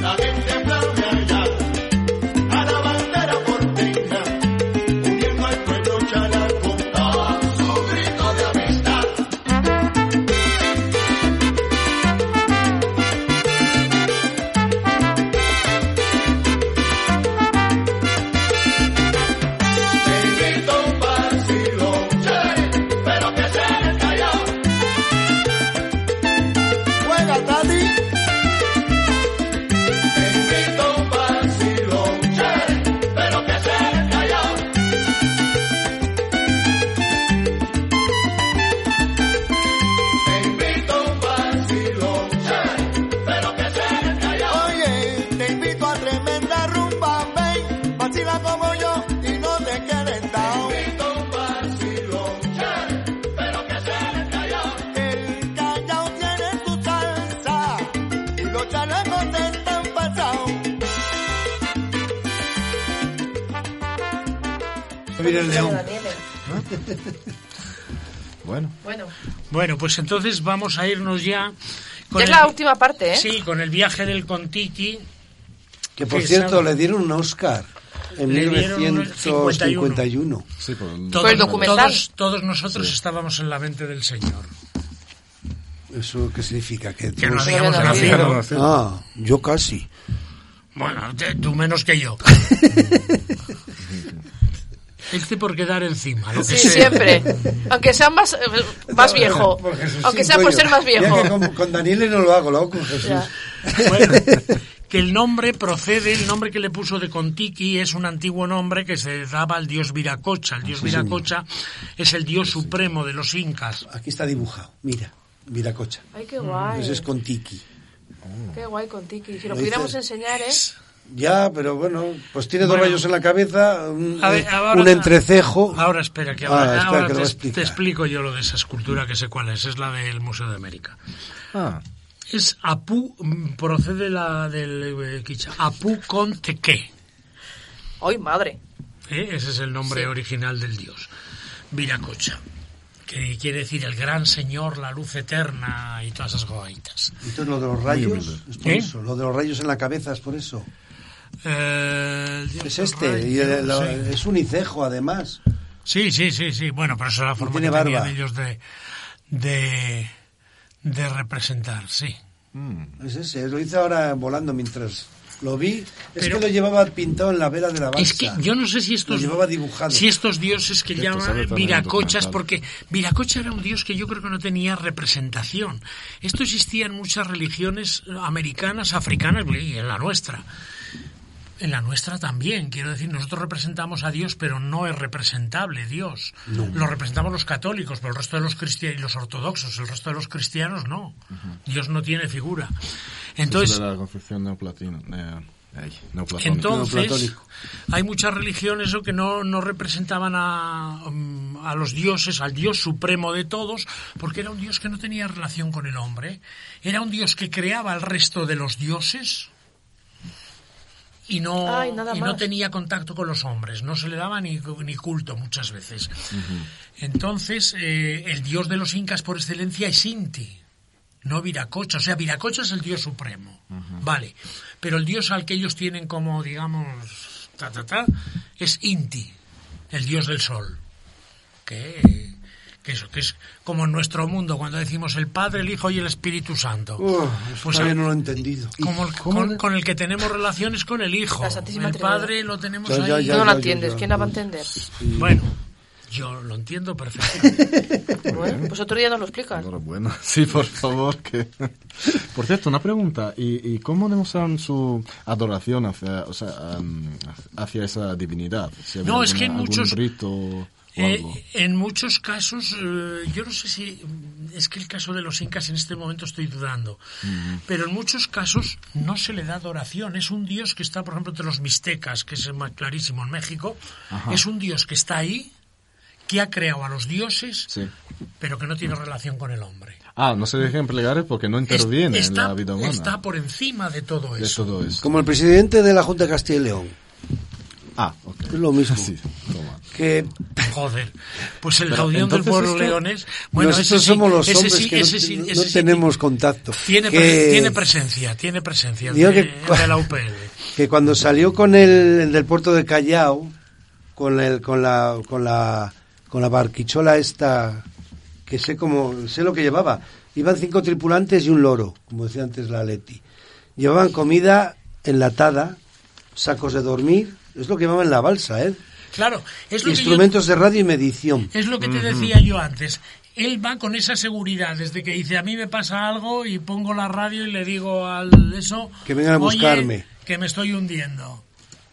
[SPEAKER 10] La gente aplaude allá a la bandera porteña, uniendo al pueblo chalaco con su grito de amistad. Te invito a un vacilón, chévere, pero que sea en el Callao. Juega, Tati. Te invito a un vacilón, chévere, pero que sea en el Callao. Te invito a un vacilón, chévere, pero que sea en el Callao. Oye, te invito a tremenda rumba, ven, vacila como yo y no te quedes down. Te invito a un vacilón, chévere, pero que sea en el Callao. El Callao tiene su salsa y los chalecos están pasados.
[SPEAKER 3] Bueno,
[SPEAKER 4] Bueno,
[SPEAKER 5] Bueno, pues entonces vamos a irnos ya.
[SPEAKER 4] ya es la última parte, ¿eh?
[SPEAKER 5] Sí, con el viaje del Contiki.
[SPEAKER 6] Que por
[SPEAKER 5] Sí,
[SPEAKER 6] cierto,
[SPEAKER 5] sabe.
[SPEAKER 6] le dieron un Oscar en
[SPEAKER 5] Le dieron un
[SPEAKER 6] 1951.
[SPEAKER 3] sí, por el-
[SPEAKER 5] Todos-
[SPEAKER 4] el documental.
[SPEAKER 5] Todos, todos nosotros estábamos en la mente del Señor.
[SPEAKER 6] ¿Eso qué significa? Que,
[SPEAKER 5] Que no
[SPEAKER 6] todos-
[SPEAKER 5] habíamos
[SPEAKER 4] habían
[SPEAKER 5] nacido.
[SPEAKER 3] nacido.
[SPEAKER 6] Ah, yo casi.
[SPEAKER 5] Bueno, te- tú menos que yo. Este por quedar encima, lo que
[SPEAKER 4] Sí,
[SPEAKER 5] sea.
[SPEAKER 4] siempre. Aunque sea más, eh, más viejo. Aunque sea por ser más viejo.
[SPEAKER 6] Ya que con, con Daniele no lo hago, lo hago con Jesús.
[SPEAKER 4] Ya.
[SPEAKER 5] Bueno, que el nombre procede, el nombre que le puso de Contiki es un antiguo nombre que se daba al dios Viracocha. El
[SPEAKER 6] Ah,
[SPEAKER 5] dios Viracocha es el dios supremo de los incas.
[SPEAKER 6] Aquí está dibujado, mira, Viracocha.
[SPEAKER 4] Ay, qué guay.
[SPEAKER 6] Ese Pues es con Tiki.
[SPEAKER 4] Qué guay con Tiki. Si lo
[SPEAKER 6] Lo
[SPEAKER 4] pudiéramos
[SPEAKER 6] dice-
[SPEAKER 4] enseñar, ¿eh?
[SPEAKER 6] Ya, pero bueno, pues tiene dos
[SPEAKER 5] Bueno.
[SPEAKER 6] rayos en la cabeza, un, eh,
[SPEAKER 5] A ver, ahora-
[SPEAKER 6] un entrecejo.
[SPEAKER 5] Ahora espera, que
[SPEAKER 6] Ah,
[SPEAKER 5] ahora,
[SPEAKER 6] espera,
[SPEAKER 5] ahora
[SPEAKER 6] que lo
[SPEAKER 5] te,
[SPEAKER 6] va a explicar.
[SPEAKER 5] te explico yo lo de esa escultura que sé cuál es. Es la del Museo de América.
[SPEAKER 3] Ah,
[SPEAKER 5] Es Apu, mm, procede la del eh, quicha. Apu Conteque.
[SPEAKER 4] ¡Ay, madre!
[SPEAKER 5] ¿eh? Ese es el nombre original del dios. Viracocha. Que quiere decir el gran señor, la luz eterna y todas esas gobaitas.
[SPEAKER 6] Entonces lo de los rayos es por
[SPEAKER 5] ¿Eh?
[SPEAKER 6] eso, lo de los rayos en la cabeza es por eso.
[SPEAKER 5] Eh, el dios
[SPEAKER 6] Es
[SPEAKER 5] del
[SPEAKER 6] este,
[SPEAKER 5] rayo,
[SPEAKER 6] y el- la-
[SPEAKER 5] sí.
[SPEAKER 6] es unicejo además.
[SPEAKER 5] Sí, sí, sí, sí. Bueno, pero esa es la forma
[SPEAKER 6] tiene
[SPEAKER 5] que
[SPEAKER 6] barba.
[SPEAKER 5] tenían ellos de, de, de representar, sí.
[SPEAKER 6] Es ese, lo hice ahora volando mientras lo vi. Es
[SPEAKER 5] Pero-
[SPEAKER 6] que lo llevaba pintado en la vela de la balsa.
[SPEAKER 5] Es que yo no sé si estos,
[SPEAKER 6] Lo llevaba dibujado.
[SPEAKER 5] si estos dioses que
[SPEAKER 3] Esto sale
[SPEAKER 5] llaman
[SPEAKER 3] también
[SPEAKER 5] viracochas,
[SPEAKER 3] documental.
[SPEAKER 5] porque viracocha era un dios que yo creo que no tenía representación. Esto existía en muchas religiones americanas, africanas y en la nuestra. En la nuestra también, quiero decir, nosotros representamos a Dios, pero no es representable Dios. Lo representamos los católicos, pero el resto de los cristianos y los ortodoxos, el resto de los cristianos no. Dios no tiene figura. Entonces,
[SPEAKER 3] Eso de la concepción neoplatina. eh, ay, neoplatónica.
[SPEAKER 5] entonces, hay muchas religiones o que no, no representaban a, mm, a los dioses, al dios supremo de todos, porque era un dios que no tenía relación con el hombre. Era un dios que creaba al resto de los dioses y no,
[SPEAKER 4] Ay, nada
[SPEAKER 5] y no
[SPEAKER 4] más.
[SPEAKER 5] tenía contacto con los hombres, no se le daba ni, ni culto muchas veces. Entonces, eh, el dios de los incas por excelencia es Inti, no Viracocha. O sea, Viracocha es el dios supremo, vale. Pero el dios al que ellos tienen como, digamos, ta, ta, ta, es Inti, el dios del sol. Que, que eso, que es como en nuestro mundo, cuando decimos el Padre, el Hijo y el Espíritu Santo.
[SPEAKER 6] Uh, eso
[SPEAKER 5] Pues
[SPEAKER 6] todavía
[SPEAKER 5] a-
[SPEAKER 6] no lo he entendido.
[SPEAKER 5] como el- con, con el que tenemos relaciones con el hijo.
[SPEAKER 4] La Santísima
[SPEAKER 5] el
[SPEAKER 4] Trinidad.
[SPEAKER 5] padre lo tenemos
[SPEAKER 6] Ya, ya,
[SPEAKER 5] ahí.
[SPEAKER 6] ya,
[SPEAKER 4] Tú no la
[SPEAKER 6] ya,
[SPEAKER 4] entiendes,
[SPEAKER 6] ya.
[SPEAKER 4] ¿quién la va a entender?
[SPEAKER 5] Bueno, yo lo entiendo perfectamente.
[SPEAKER 4] Bueno, pues otro día nos lo explicas.
[SPEAKER 3] Enhorabuena. Sí, por favor. Que... Por cierto, una pregunta. ¿Y, y cómo demuestran su adoración hacia, o sea, am, hacia esa divinidad? Si había
[SPEAKER 5] No, es
[SPEAKER 3] alguna-
[SPEAKER 5] que en
[SPEAKER 3] algún
[SPEAKER 5] muchos-
[SPEAKER 3] rito o
[SPEAKER 5] Eh,
[SPEAKER 3] algo.
[SPEAKER 5] en muchos casos, eh, yo no sé si mm, es que el caso de los incas en este momento estoy dudando, pero en muchos casos no se le da adoración. Es un dios que está, por ejemplo, entre los mixtecas, que es más clarísimo en México. Es un dios que está ahí, que ha creado a los dioses,
[SPEAKER 3] Sí.
[SPEAKER 5] pero que no tiene relación con el hombre.
[SPEAKER 3] Ah, no se dejen plegares porque no
[SPEAKER 5] Es-
[SPEAKER 3] interviene
[SPEAKER 5] está,
[SPEAKER 3] en la vida humana.
[SPEAKER 5] está por encima de todo
[SPEAKER 3] De
[SPEAKER 5] eso.
[SPEAKER 3] todo eso.
[SPEAKER 6] Como el presidente de la Junta de Castilla y León.
[SPEAKER 3] Ah, ok.
[SPEAKER 6] Es lo mismo.
[SPEAKER 3] Sí, toma.
[SPEAKER 6] Que
[SPEAKER 5] Joder, pues el
[SPEAKER 3] Pero
[SPEAKER 5] laudión del
[SPEAKER 3] entonces
[SPEAKER 5] pueblo
[SPEAKER 3] es que
[SPEAKER 5] leones. Bueno, ese
[SPEAKER 6] nosotros
[SPEAKER 5] sí,
[SPEAKER 6] somos los
[SPEAKER 5] ese
[SPEAKER 6] hombres
[SPEAKER 5] sí,
[SPEAKER 6] que no,
[SPEAKER 5] ese sí,
[SPEAKER 6] no- no
[SPEAKER 5] ese sí.
[SPEAKER 6] tenemos contacto.
[SPEAKER 5] Tiene,
[SPEAKER 6] que,
[SPEAKER 5] pre- tiene presencia, tiene presencia
[SPEAKER 6] Digo
[SPEAKER 5] de,
[SPEAKER 6] que-
[SPEAKER 5] de la UPL.
[SPEAKER 6] que cuando salió con el, el del puerto de Callao, con el, con la, con la, con la barquichola esta, que sé cómo, sé lo que llevaba. Iban cinco tripulantes y un loro, como decía antes la Leti. Llevaban comida enlatada, sacos de dormir, es lo que llevaban en la balsa, ¿eh?
[SPEAKER 5] Claro, es lo, que, yo-
[SPEAKER 6] Instrumentos de radio y medición.
[SPEAKER 5] es lo que te decía yo antes. Él va con esa seguridad, desde que dice, a mí me pasa algo y pongo la radio y le digo al eso...
[SPEAKER 6] Que vengan a
[SPEAKER 5] "Oye,
[SPEAKER 6] buscarme".
[SPEAKER 5] que me estoy hundiendo.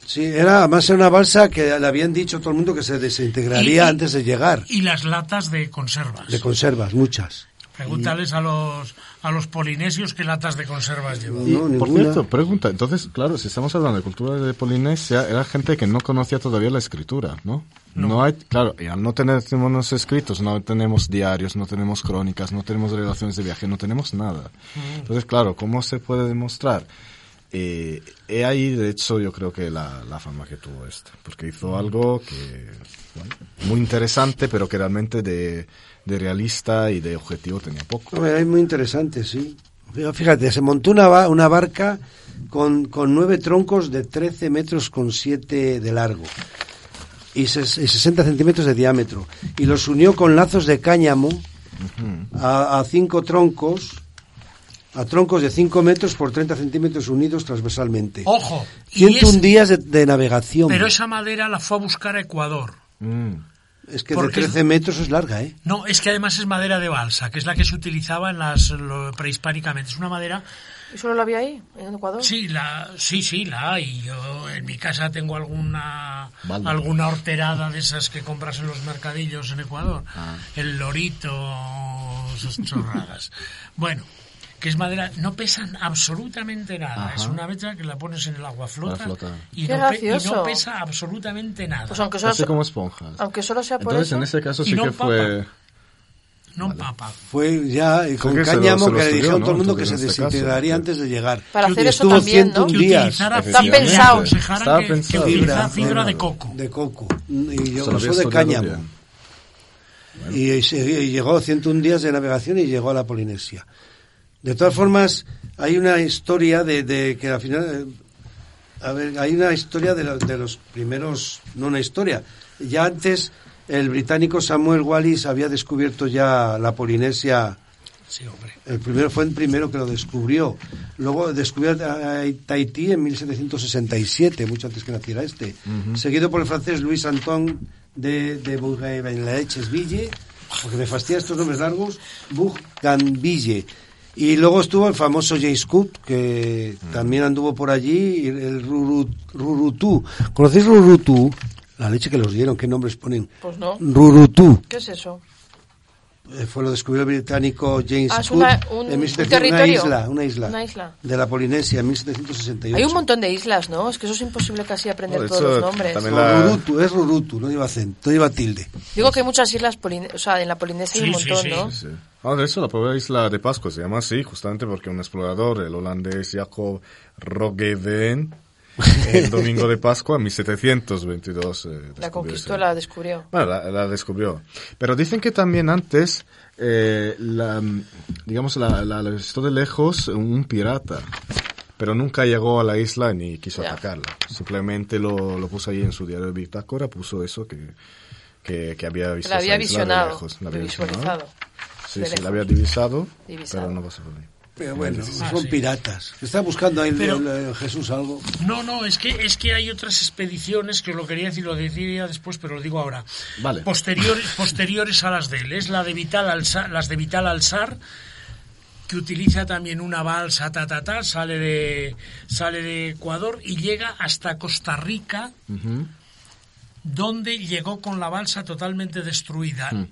[SPEAKER 6] Sí, era además era una balsa que le habían dicho todo el mundo que se desintegraría
[SPEAKER 5] Y- y-
[SPEAKER 6] antes de llegar.
[SPEAKER 5] Y las latas de conservas.
[SPEAKER 6] De conservas, muchas.
[SPEAKER 5] Pregúntales a los, a los polinesios qué latas de conservas llevan.
[SPEAKER 3] Y,
[SPEAKER 6] No,
[SPEAKER 3] por
[SPEAKER 6] ninguna.
[SPEAKER 3] cierto, pregunta. Entonces, claro, si estamos hablando de cultura de Polinesia, era gente que no conocía todavía la escritura, ¿no? No, hay, claro, y al no tener testimonios escritos, no tenemos diarios, no tenemos crónicas, no tenemos relaciones de viaje, no tenemos nada. Entonces, claro, ¿cómo se puede demostrar? Eh, he ahí, de hecho, yo creo que la, la fama que tuvo este, porque hizo algo que, bueno, muy interesante, pero que realmente de, de realista y de objetivo tenía poco.
[SPEAKER 6] Hombre, es muy interesante, sí. Fíjate, se montó una, ba- una barca con, con nueve troncos de 13 metros con 7 de largo y, ses- y 60 centímetros de diámetro. Y los unió con lazos de cáñamo a, a cinco troncos, a troncos de 5 metros por 30 centímetros unidos transversalmente.
[SPEAKER 5] Ojo, Oh, y
[SPEAKER 6] 101
[SPEAKER 5] es-
[SPEAKER 6] días de, de navegación.
[SPEAKER 5] pero esa madera la fue a buscar a Ecuador.
[SPEAKER 3] Mm.
[SPEAKER 6] es que de
[SPEAKER 5] porque es-
[SPEAKER 6] 13 metros es larga, ¿eh?
[SPEAKER 5] No, es que además es madera de balsa, que es la que se utilizaba en las lo- prehispánicamente. Es una madera,
[SPEAKER 4] ¿Y solo la había ahí, en Ecuador?
[SPEAKER 5] sí, la, sí, sí, la hay. Yo en mi casa tengo alguna
[SPEAKER 3] Vale.
[SPEAKER 5] alguna horterada de esas que compras en los mercadillos en Ecuador,
[SPEAKER 6] Ah.
[SPEAKER 5] el lorito, esas chorradas. bueno, que es madera, no pesan absolutamente nada. Es una mecha que la pones en el agua flota,
[SPEAKER 3] flota.
[SPEAKER 5] Y,
[SPEAKER 4] Qué
[SPEAKER 5] no pe- y no
[SPEAKER 4] gracioso.
[SPEAKER 5] pesa absolutamente nada.
[SPEAKER 4] Pues aunque solo,
[SPEAKER 3] Casi como esponjas.
[SPEAKER 4] aunque solo sea por
[SPEAKER 3] Entonces,
[SPEAKER 4] eso.
[SPEAKER 3] en ese caso
[SPEAKER 5] Y
[SPEAKER 3] sí
[SPEAKER 5] no
[SPEAKER 3] que fue...
[SPEAKER 5] no empapa.
[SPEAKER 6] Fue ya y con
[SPEAKER 3] que se lo-
[SPEAKER 6] cáñamo
[SPEAKER 3] se lo
[SPEAKER 6] que le
[SPEAKER 3] estudió,
[SPEAKER 6] dijeron
[SPEAKER 3] ¿no?
[SPEAKER 6] todo el mundo que
[SPEAKER 3] Entonces,
[SPEAKER 6] se
[SPEAKER 3] en este caso,
[SPEAKER 6] desintegraría
[SPEAKER 3] porque-
[SPEAKER 6] antes de llegar.
[SPEAKER 4] Para
[SPEAKER 6] Y
[SPEAKER 4] hacer eso
[SPEAKER 6] estuvo
[SPEAKER 4] también, ¿no?
[SPEAKER 6] 101
[SPEAKER 5] Que
[SPEAKER 6] días
[SPEAKER 5] utilizara
[SPEAKER 3] Está
[SPEAKER 5] fibra,
[SPEAKER 4] pensado.
[SPEAKER 5] que aconsejaran
[SPEAKER 3] Está
[SPEAKER 5] que-
[SPEAKER 3] pensado.
[SPEAKER 5] que utilizara
[SPEAKER 6] fibra,
[SPEAKER 5] fibra de
[SPEAKER 6] no,
[SPEAKER 5] coco.
[SPEAKER 6] De coco. Y yo
[SPEAKER 3] Se lo había
[SPEAKER 6] uso de
[SPEAKER 3] estudiado
[SPEAKER 6] cáñamo.
[SPEAKER 3] bien.
[SPEAKER 6] Y, se- y llegó 101 días de navegación y llegó a la Polinesia. De todas formas, hay una historia de, de que al final. eh, A ver, hay una historia de, lo- de los primeros. No una historia. Ya antes, el británico Samuel Wallis había descubierto ya la Polinesia
[SPEAKER 5] Sí, hombre.
[SPEAKER 6] El primero fue el primero que lo descubrió. Luego descubrió a Tahití en 1767, mucho antes que naciera este. Seguido por el francés Luis Antoine de, de Bourg-en-Laecheville, porque me fastidia estos nombres largos, Bourg-en-Ville. Y luego estuvo el famoso James Cook, que también anduvo por allí, y el Ruru- Rurutú. ¿Conocéis Rurutú? La leche que los dieron, ¿qué nombres ponen?
[SPEAKER 4] Pues no.
[SPEAKER 6] Rurutú.
[SPEAKER 4] ¿Qué es eso?
[SPEAKER 6] Eh, Fue lo descubrió el británico James
[SPEAKER 4] Ah, es
[SPEAKER 6] Cook
[SPEAKER 4] una- un-
[SPEAKER 6] en
[SPEAKER 4] un
[SPEAKER 6] 1700,
[SPEAKER 4] territorio.
[SPEAKER 6] una isla, una isla,
[SPEAKER 4] Una isla.
[SPEAKER 6] de la Polinesia en 1768.
[SPEAKER 4] Hay un montón de islas, ¿no? Es que eso es imposible casi aprender
[SPEAKER 3] Bueno,
[SPEAKER 4] todos
[SPEAKER 3] eso
[SPEAKER 4] los nombres.
[SPEAKER 3] también-
[SPEAKER 6] No,
[SPEAKER 3] la-
[SPEAKER 6] Rurutu, es Rurutu, no lleva acento, no lleva tilde.
[SPEAKER 4] Digo que hay muchas islas, polin- o sea, en la Polinesia hay un
[SPEAKER 5] Sí, sí,
[SPEAKER 4] montón,
[SPEAKER 5] sí.
[SPEAKER 4] ¿no?
[SPEAKER 3] Sí. Ah, de hecho, la propia isla de Pascua se llama así, justamente porque un explorador, el holandés Jacob Roggeveen, el domingo de Pascua, en 1722. eh,
[SPEAKER 4] La
[SPEAKER 3] descubrió
[SPEAKER 4] conquistó,
[SPEAKER 3] ese-
[SPEAKER 4] la descubrió.
[SPEAKER 3] Bueno, la, la descubrió. Pero dicen que también antes, eh, la, mm, digamos, la, la, la visitó de lejos un pirata. Pero nunca llegó a la isla ni quiso
[SPEAKER 4] Ya.
[SPEAKER 3] atacarla. Simplemente lo, lo puso ahí en su diario de bitácora, puso eso que, que, que había visto.
[SPEAKER 4] La había
[SPEAKER 3] esa isla de
[SPEAKER 4] visionado,
[SPEAKER 3] lejos. La
[SPEAKER 4] y
[SPEAKER 3] había
[SPEAKER 4] visualizado.
[SPEAKER 3] Sí,
[SPEAKER 4] de
[SPEAKER 3] sí,
[SPEAKER 4] lejos.
[SPEAKER 3] la había divisado,
[SPEAKER 4] Divisado.
[SPEAKER 3] pero no pasó por ahí.
[SPEAKER 6] Pero bueno,
[SPEAKER 5] Ah,
[SPEAKER 6] son
[SPEAKER 5] sí.
[SPEAKER 6] piratas. Está buscando ahí el-
[SPEAKER 5] Pero-
[SPEAKER 6] el- el Jesús algo.
[SPEAKER 5] No, no, es que, es que hay otras expediciones que lo quería decir, lo decía después, pero lo digo ahora.
[SPEAKER 3] Vale.
[SPEAKER 5] Posteriores, posteriores a las de él. Es la de Vital Alsa- las de Vital Alzar, que utiliza también una balsa, ta, ta, ta, sale de, sale de Ecuador y llega hasta Costa Rica, donde llegó con la balsa totalmente destruida.
[SPEAKER 3] Mm.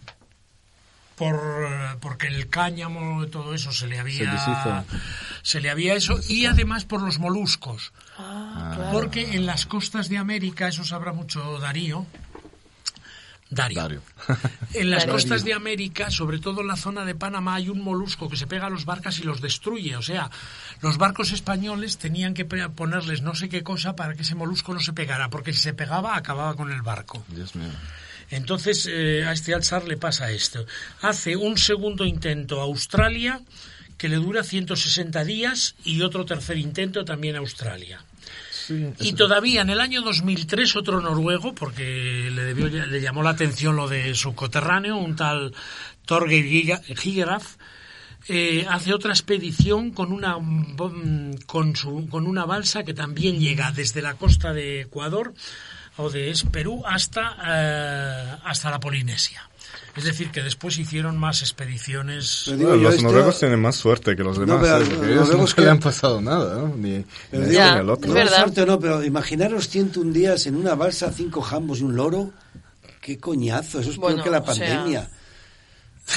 [SPEAKER 5] Por, eh, porque el cáñamo todo eso se le había
[SPEAKER 3] deshizo.
[SPEAKER 5] se le había eso y además por los moluscos
[SPEAKER 4] Ah, claro.
[SPEAKER 5] porque en las costas de América, eso sabrá mucho Darío. Darío.
[SPEAKER 3] Dario.
[SPEAKER 5] En las
[SPEAKER 4] Darío.
[SPEAKER 5] costas de América, sobre todo en la zona de Panamá, hay un molusco que se pega a los barcas y los destruye. O sea, los barcos españoles tenían que pe- ponerles no sé qué cosa para que ese molusco no se pegara, porque si se pegaba acababa con el barco.
[SPEAKER 3] Dios mío.
[SPEAKER 5] Entonces eh, a este Alzar le pasa esto. Hace un segundo intento a Australia que le dura 160 días y otro tercer intento también a Australia. Y todavía en el año 2003 otro noruego, porque le, debió- le llamó la atención lo de su coterráneo, un tal Torgeir Giga- Higeraf, eh, hace otra expedición con una, mm, con, su- con una balsa que también llega desde la costa de Ecuador o de es Perú hasta, eh, hasta la Polinesia. Es decir, que después hicieron más expediciones.
[SPEAKER 6] Pero digo
[SPEAKER 3] Bueno,
[SPEAKER 6] yo,
[SPEAKER 3] los
[SPEAKER 6] esto-
[SPEAKER 3] noruegos tienen más suerte que los
[SPEAKER 6] No,
[SPEAKER 3] demás,
[SPEAKER 6] pero
[SPEAKER 3] ¿eh?
[SPEAKER 6] los
[SPEAKER 3] porque ellos
[SPEAKER 6] noruegos
[SPEAKER 3] nunca
[SPEAKER 6] que-
[SPEAKER 3] le han pasado nada, ¿no? Ni,
[SPEAKER 6] Pero
[SPEAKER 3] ni esto
[SPEAKER 6] digo,
[SPEAKER 3] ni
[SPEAKER 4] Ya,
[SPEAKER 3] el
[SPEAKER 4] es
[SPEAKER 3] otro.
[SPEAKER 6] No,
[SPEAKER 4] verdad.
[SPEAKER 6] suerte o no, pero imaginaros 101 días en una balsa, cinco jambos y un loro. Qué coñazo, eso es
[SPEAKER 4] Bueno,
[SPEAKER 6] peor que la
[SPEAKER 4] o sea-
[SPEAKER 6] pandemia.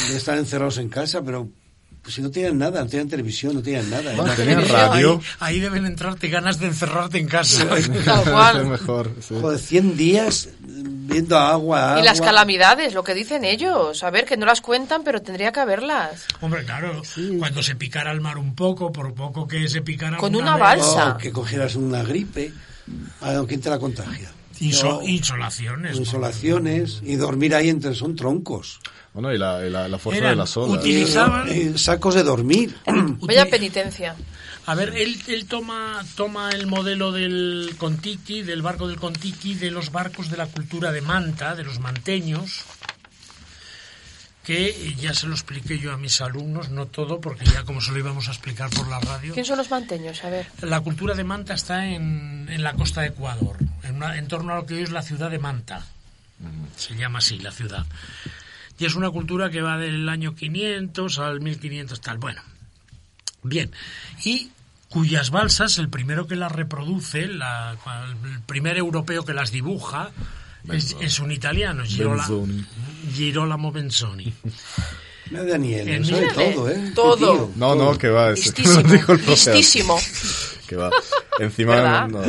[SPEAKER 6] De estar encerrados en casa, pero pues, si no tenían nada, no tenían televisión, no tenían nada. ¿eh?
[SPEAKER 3] Bueno, tenían radio.
[SPEAKER 5] Ahí, ahí deben entrarte ganas de encerrarte en casa.
[SPEAKER 4] Tal cual.
[SPEAKER 3] Es mejor, sí.
[SPEAKER 6] Joder, 100 días viendo agua,
[SPEAKER 3] Ah,
[SPEAKER 6] agua.
[SPEAKER 4] Y las calamidades, lo que dicen ellos. A ver, que no las cuentan, pero tendría que haberlas.
[SPEAKER 5] Hombre, claro, cuando se picara el mar un poco, por poco que se picara
[SPEAKER 4] Con una
[SPEAKER 5] alguna vez,
[SPEAKER 4] balsa.
[SPEAKER 6] Oh, que cogieras una gripe. Ah, ¿Quién te la contagia?
[SPEAKER 5] inso-
[SPEAKER 6] No,
[SPEAKER 5] insolaciones.
[SPEAKER 6] insolaciones. Y dormir ahí entre son troncos.
[SPEAKER 3] Bueno, y la, y la, la fuerza
[SPEAKER 5] Eran
[SPEAKER 3] de las olas.
[SPEAKER 5] útiles. Utilizaban-
[SPEAKER 6] Eh, eh, sacos de dormir.
[SPEAKER 4] Vaya penitencia.
[SPEAKER 5] A ver, él, él toma, toma el modelo del Contiki, del barco del Contiki, de los barcos de la cultura de Manta, de los manteños, que ya se lo expliqué yo a mis alumnos, no todo, porque ya como se lo íbamos a explicar por la radio.
[SPEAKER 4] ¿Quién son los manteños? A ver.
[SPEAKER 5] La cultura de Manta está en, en la costa de Ecuador, en, una- en torno a lo que hoy es la ciudad de Manta. Se llama así la ciudad. Y es una cultura que va del año 500 al 1500, tal. Bueno, bien. Y cuyas balsas, el primero que las reproduce, la- el primer europeo que las dibuja, es, es un italiano, Girola-
[SPEAKER 3] Benzoni.
[SPEAKER 5] Girolamo Benzoni.
[SPEAKER 6] Mira, Daniel,
[SPEAKER 5] Eh,
[SPEAKER 6] lo sabe
[SPEAKER 4] mírale,
[SPEAKER 6] todo, ¿eh?
[SPEAKER 4] todo.
[SPEAKER 6] Tío.
[SPEAKER 3] No, no, que va. eso me lo
[SPEAKER 4] Listísimo.
[SPEAKER 3] dijo el profe.
[SPEAKER 4] Listísimo.
[SPEAKER 3] Que va. Encima,
[SPEAKER 4] ¿Verdad?
[SPEAKER 3] no,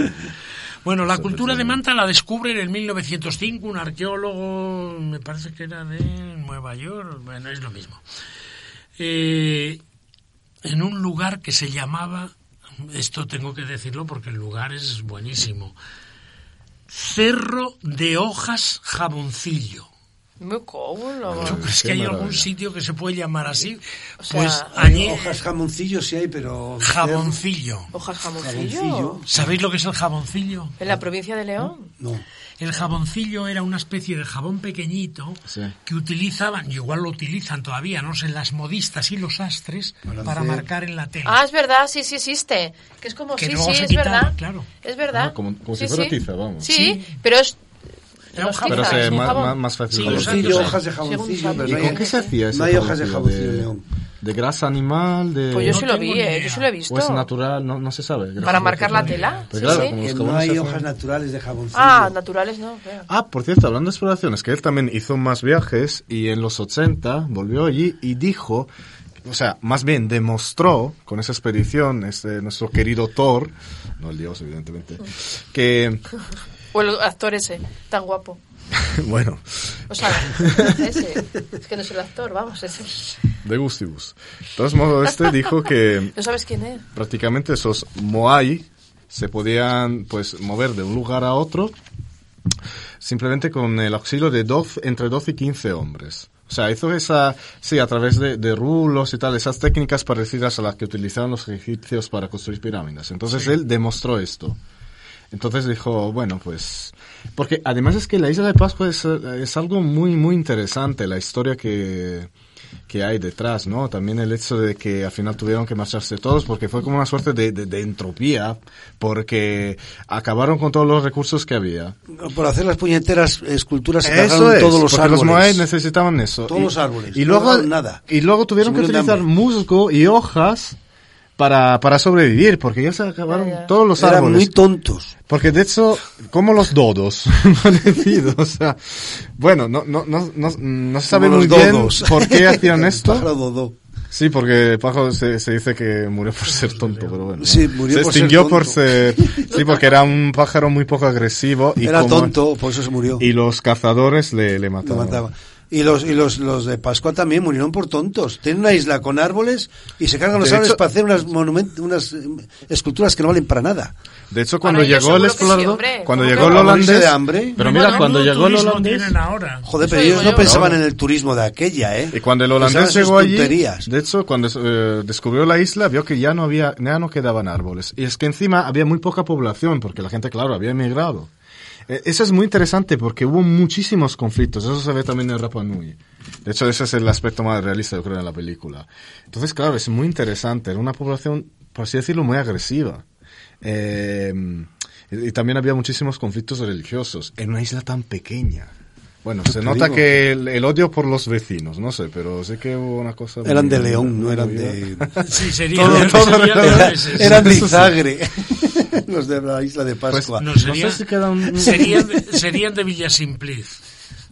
[SPEAKER 5] Bueno, la cultura de Manta la descubren en 1905 un arqueólogo, me parece que era de Nueva York, bueno, es lo mismo. Eh, en un lugar que se llamaba, esto tengo que decirlo porque el lugar es buenísimo, Cerro de Hojas Jaboncillo.
[SPEAKER 4] Muy cómodo.
[SPEAKER 5] ¿Tú crees
[SPEAKER 3] qué
[SPEAKER 5] que hay
[SPEAKER 3] maravilla.
[SPEAKER 5] algún sitio que se puede llamar así?
[SPEAKER 4] O sea,
[SPEAKER 5] Pues
[SPEAKER 6] Hay
[SPEAKER 5] allí,
[SPEAKER 6] hojas jamoncillo sí hay, pero...
[SPEAKER 5] jaboncillo.
[SPEAKER 4] Hojas jamoncillo.
[SPEAKER 6] Jaboncillo.
[SPEAKER 5] ¿Sabéis lo que es el jaboncillo?
[SPEAKER 4] En la provincia de León.
[SPEAKER 6] No.
[SPEAKER 5] El jaboncillo era una especie de jabón pequeñito
[SPEAKER 3] Sí.
[SPEAKER 5] que utilizaban, y igual lo utilizan todavía, no sé, las modistas y los astres para,
[SPEAKER 6] hacer-
[SPEAKER 5] marcar en la tela.
[SPEAKER 4] Ah, es verdad, sí, sí existe. Que es como,
[SPEAKER 5] Que
[SPEAKER 4] sí,
[SPEAKER 5] luego
[SPEAKER 4] sí,
[SPEAKER 5] se
[SPEAKER 4] es
[SPEAKER 5] quitaba,
[SPEAKER 4] verdad.
[SPEAKER 5] claro.
[SPEAKER 4] Es verdad.
[SPEAKER 3] Ah, como- como
[SPEAKER 4] Sí,
[SPEAKER 3] si fuera
[SPEAKER 4] sí.
[SPEAKER 3] tiza, vamos.
[SPEAKER 4] Sí,
[SPEAKER 5] Sí.
[SPEAKER 4] pero es...
[SPEAKER 5] Era un
[SPEAKER 4] los
[SPEAKER 5] jabón.
[SPEAKER 3] Pero
[SPEAKER 4] tizas,
[SPEAKER 3] se,
[SPEAKER 4] es un
[SPEAKER 3] más,
[SPEAKER 4] jabón.
[SPEAKER 3] más- más fácil.
[SPEAKER 5] Sí,
[SPEAKER 3] de
[SPEAKER 5] los
[SPEAKER 3] conseguir.
[SPEAKER 6] Jaboncillo,
[SPEAKER 5] Según
[SPEAKER 6] hojas de
[SPEAKER 4] sabe.
[SPEAKER 6] jaboncillo, pero
[SPEAKER 3] ¿Y
[SPEAKER 6] no
[SPEAKER 4] ¿Y
[SPEAKER 6] hay-
[SPEAKER 3] con qué se hacía eso?
[SPEAKER 6] No hay hojas de
[SPEAKER 3] jaboncillo?
[SPEAKER 6] jaboncillo, León.
[SPEAKER 3] ¿De grasa animal? De...
[SPEAKER 4] Pues yo
[SPEAKER 5] No
[SPEAKER 4] sí lo
[SPEAKER 5] tengo
[SPEAKER 4] vi,
[SPEAKER 5] ni
[SPEAKER 4] eh,
[SPEAKER 5] idea.
[SPEAKER 4] yo sí lo he visto.
[SPEAKER 3] ¿O es natural? No, no se sabe. grasa
[SPEAKER 4] Para marcar la
[SPEAKER 3] natural.
[SPEAKER 4] tela.
[SPEAKER 3] Pues
[SPEAKER 4] sí,
[SPEAKER 3] claro,
[SPEAKER 4] sí.
[SPEAKER 3] como los
[SPEAKER 6] Que no
[SPEAKER 3] jabones
[SPEAKER 6] hay
[SPEAKER 3] hacen-
[SPEAKER 6] hojas naturales de jaboncillo.
[SPEAKER 4] Ah, naturales no. claro.
[SPEAKER 3] Ah, por cierto, hablando de exploraciones, que él también hizo más viajes y en los 80 volvió allí y dijo, o sea, más bien demostró con esa expedición, este, nuestro querido Thor, no el dios evidentemente, que,
[SPEAKER 4] O Pues el actor ese, tan guapo.
[SPEAKER 3] bueno,
[SPEAKER 4] O sea, ese. Es que no es el actor, vamos, ese.
[SPEAKER 3] de gustibus. De todos modos, este dijo que
[SPEAKER 4] No sabes quién es.
[SPEAKER 3] prácticamente esos Moai se podían pues mover de un lugar a otro simplemente con el auxilio de 12, entre 12 y 15 hombres. O sea, hizo esa, sí, a través de, de rulos y tal, esas técnicas parecidas a las que utilizaban los egipcios para construir pirámides. Entonces él demostró esto. Entonces dijo, bueno, pues... Porque además es que la isla de Pascua es, eh, es algo muy, muy interesante, la historia que, que hay detrás, ¿no? También el hecho de que al final tuvieron que marcharse todos porque fue como una suerte de, de- de entropía, porque acabaron con todos los recursos que había.
[SPEAKER 6] Por hacer las puñeteras esculturas se
[SPEAKER 3] Eso
[SPEAKER 6] cargaron
[SPEAKER 3] es,
[SPEAKER 6] todos los
[SPEAKER 3] porque
[SPEAKER 6] árboles.
[SPEAKER 3] los moais necesitaban eso.
[SPEAKER 6] Todos los árboles,
[SPEAKER 3] Y
[SPEAKER 6] no
[SPEAKER 3] luego,
[SPEAKER 6] dejaron nada.
[SPEAKER 3] y luego tuvieron
[SPEAKER 6] Se
[SPEAKER 3] que
[SPEAKER 6] murieron de
[SPEAKER 3] utilizar musgo y hojas para, para sobrevivir, porque ya se acabaron
[SPEAKER 4] Ya, ya.
[SPEAKER 3] todos los
[SPEAKER 6] Eran
[SPEAKER 3] árboles.
[SPEAKER 6] muy tontos.
[SPEAKER 3] Porque de hecho, como los dodos, parecido, o sea, bueno, no, no, no, no, no se sabe
[SPEAKER 6] Como
[SPEAKER 3] muy
[SPEAKER 6] los
[SPEAKER 3] bien
[SPEAKER 6] dodos.
[SPEAKER 3] por qué hacían
[SPEAKER 6] Pájaro
[SPEAKER 3] esto.
[SPEAKER 6] dodó.
[SPEAKER 3] Sí, porque el pájaro se, se dice que murió por ser tonto, pero bueno.
[SPEAKER 6] Sí, murió
[SPEAKER 3] se
[SPEAKER 6] por ser
[SPEAKER 3] extinguió por
[SPEAKER 6] tonto.
[SPEAKER 3] ser, sí, porque era un pájaro muy poco agresivo y
[SPEAKER 6] Era
[SPEAKER 3] como-
[SPEAKER 6] tonto, por eso se murió.
[SPEAKER 3] y los cazadores le, le
[SPEAKER 6] Lo
[SPEAKER 3] mataron.
[SPEAKER 6] mataba. Y los, y los, los de Pascua también murieron por tontos. Tienen una isla con árboles y se cargan los
[SPEAKER 3] De
[SPEAKER 6] árboles
[SPEAKER 3] hecho-
[SPEAKER 6] para hacer unas, monument- unas eh, esculturas que no valen para nada.
[SPEAKER 3] De hecho, cuando
[SPEAKER 4] Para ellos
[SPEAKER 3] llegó el
[SPEAKER 4] seguro que sí,
[SPEAKER 3] explorador,
[SPEAKER 4] hombre.
[SPEAKER 3] cuando
[SPEAKER 4] ¿Cómo
[SPEAKER 3] llegó
[SPEAKER 4] que
[SPEAKER 3] el
[SPEAKER 4] no?
[SPEAKER 3] holandés,
[SPEAKER 6] ¿Morirse de hambre?
[SPEAKER 3] pero mira,
[SPEAKER 4] Bueno,
[SPEAKER 3] cuando
[SPEAKER 5] ¿Cuánto
[SPEAKER 3] llegó el
[SPEAKER 5] turismo
[SPEAKER 3] holandés,
[SPEAKER 5] tienen ahora?
[SPEAKER 6] Joder,
[SPEAKER 4] Eso
[SPEAKER 6] pero
[SPEAKER 4] digo
[SPEAKER 6] ellos no
[SPEAKER 4] yo.
[SPEAKER 6] pensaban
[SPEAKER 3] Claro.
[SPEAKER 6] en el turismo de aquella, ¿eh?
[SPEAKER 3] Y cuando el
[SPEAKER 6] Pensaban
[SPEAKER 3] holandés
[SPEAKER 6] en sus
[SPEAKER 3] llegó allí,
[SPEAKER 6] tonterías.
[SPEAKER 3] de hecho, cuando eh, descubrió la isla, vio que ya no había, ya no quedaban árboles. Y es que encima había muy poca población, porque la gente, claro, había emigrado. Eh, Eso es muy interesante porque hubo muchísimos conflictos. Eso se ve también en Rapa Nui. De hecho, ese es el aspecto más realista, yo creo, de la película. Entonces, claro, es muy interesante. Era una población, por así decirlo, muy agresiva. Eh, y y también había muchísimos conflictos religiosos en una isla tan pequeña. Bueno, se nota
[SPEAKER 6] digo.
[SPEAKER 3] que el, el odio por los vecinos, no sé, pero sé que hubo una cosa... muy-
[SPEAKER 6] Eran de León, no eran
[SPEAKER 3] muy-
[SPEAKER 6] de...
[SPEAKER 5] Sí, sería,
[SPEAKER 3] Todo- todo
[SPEAKER 5] sería
[SPEAKER 3] era-
[SPEAKER 5] peor
[SPEAKER 6] Era-
[SPEAKER 5] ese.
[SPEAKER 6] eran de Izagre, los de la isla de Pascua.
[SPEAKER 5] No,
[SPEAKER 3] Pues No
[SPEAKER 5] sería-
[SPEAKER 3] sé si queda un-
[SPEAKER 5] serían, de- serían de Villasimpliz.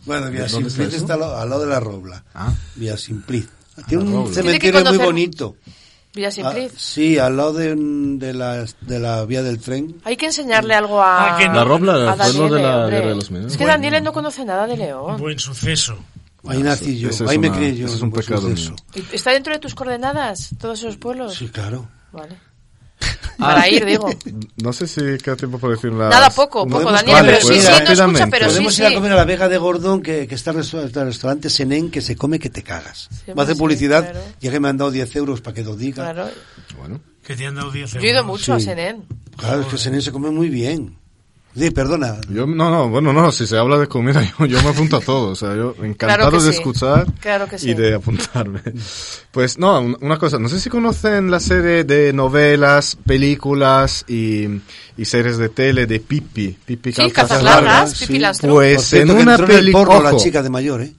[SPEAKER 6] Bueno,
[SPEAKER 3] ¿Dónde está
[SPEAKER 6] Villasimpliz
[SPEAKER 3] eso?
[SPEAKER 6] está, al lado- al lado de la Robla.
[SPEAKER 3] Ah.
[SPEAKER 6] Villasimpliz. Ah, Tiene
[SPEAKER 3] la
[SPEAKER 6] un
[SPEAKER 3] Robla.
[SPEAKER 4] Tiene que
[SPEAKER 6] cementerio muy
[SPEAKER 4] conocer-
[SPEAKER 6] bonito.
[SPEAKER 4] Villasimpliz.
[SPEAKER 6] Ah, sí, al lado de, de la, de la vía del tren.
[SPEAKER 4] Hay que enseñarle algo a,
[SPEAKER 5] Ah, que no.
[SPEAKER 3] La Robla fue
[SPEAKER 4] a
[SPEAKER 3] lo
[SPEAKER 4] Daniele,
[SPEAKER 3] de la
[SPEAKER 4] hombre.
[SPEAKER 3] guerra de los mineros.
[SPEAKER 4] Es que Daniele no conoce nada de
[SPEAKER 3] Oh.
[SPEAKER 4] León.
[SPEAKER 5] Buen suceso.
[SPEAKER 6] Ahí nací yo,
[SPEAKER 3] Ah, ese es
[SPEAKER 6] ahí me
[SPEAKER 3] una-
[SPEAKER 6] crié yo. pues,
[SPEAKER 3] ese es un
[SPEAKER 6] por
[SPEAKER 3] pecado
[SPEAKER 6] suceso.
[SPEAKER 3] mío.
[SPEAKER 4] ¿Y ¿Está dentro de tus coordenadas todos esos pueblos?
[SPEAKER 6] Sí, claro.
[SPEAKER 4] Vale.
[SPEAKER 3] Ah.
[SPEAKER 4] Para ir, digo.
[SPEAKER 3] No sé si queda tiempo para decir una...
[SPEAKER 4] Nada, poco,
[SPEAKER 3] Una-
[SPEAKER 4] poco,
[SPEAKER 6] Podemos-
[SPEAKER 4] Daniel,
[SPEAKER 6] Vale,
[SPEAKER 4] pero sí,
[SPEAKER 6] pues,
[SPEAKER 4] sí, no escucha,
[SPEAKER 3] rápidamente.
[SPEAKER 4] pero sí,
[SPEAKER 6] Podemos
[SPEAKER 4] sí.
[SPEAKER 6] ir a comer a la Vega de Gordón, que, que está el restu- el restaurante Senén, que se come que te cagas.
[SPEAKER 4] Siempre
[SPEAKER 6] Va a hacer
[SPEAKER 4] sí,
[SPEAKER 6] publicidad,
[SPEAKER 4] claro.
[SPEAKER 6] ya que me han dado 10 euros para que lo diga. Claro,
[SPEAKER 4] Claro.
[SPEAKER 3] Bueno,
[SPEAKER 5] Que te han dado 10
[SPEAKER 4] Yo
[SPEAKER 5] euros.
[SPEAKER 4] he ido mucho a
[SPEAKER 6] Sí.
[SPEAKER 4] Senén.
[SPEAKER 6] es que Senén se come muy bien. Sí, perdona.
[SPEAKER 3] yo, no, no, bueno, no, si se habla de comida yo, yo me apunto a todo, o sea, yo encantado
[SPEAKER 4] Claro que
[SPEAKER 3] de
[SPEAKER 4] sí.
[SPEAKER 3] escuchar
[SPEAKER 4] Claro que sí.
[SPEAKER 3] y de apuntarme. Pues no, un- una cosa, no sé si conocen la serie de novelas, películas y, y series de tele de Pippi, Pippi
[SPEAKER 4] Sí,
[SPEAKER 3] Calzas
[SPEAKER 4] Cazaflabras,
[SPEAKER 3] Largas.
[SPEAKER 4] Pippi Lastro.
[SPEAKER 6] Por
[SPEAKER 3] Pues
[SPEAKER 6] cierto,
[SPEAKER 3] en
[SPEAKER 6] que
[SPEAKER 3] una
[SPEAKER 6] entró en el porno
[SPEAKER 3] película
[SPEAKER 6] la chica de mayor, ¿eh?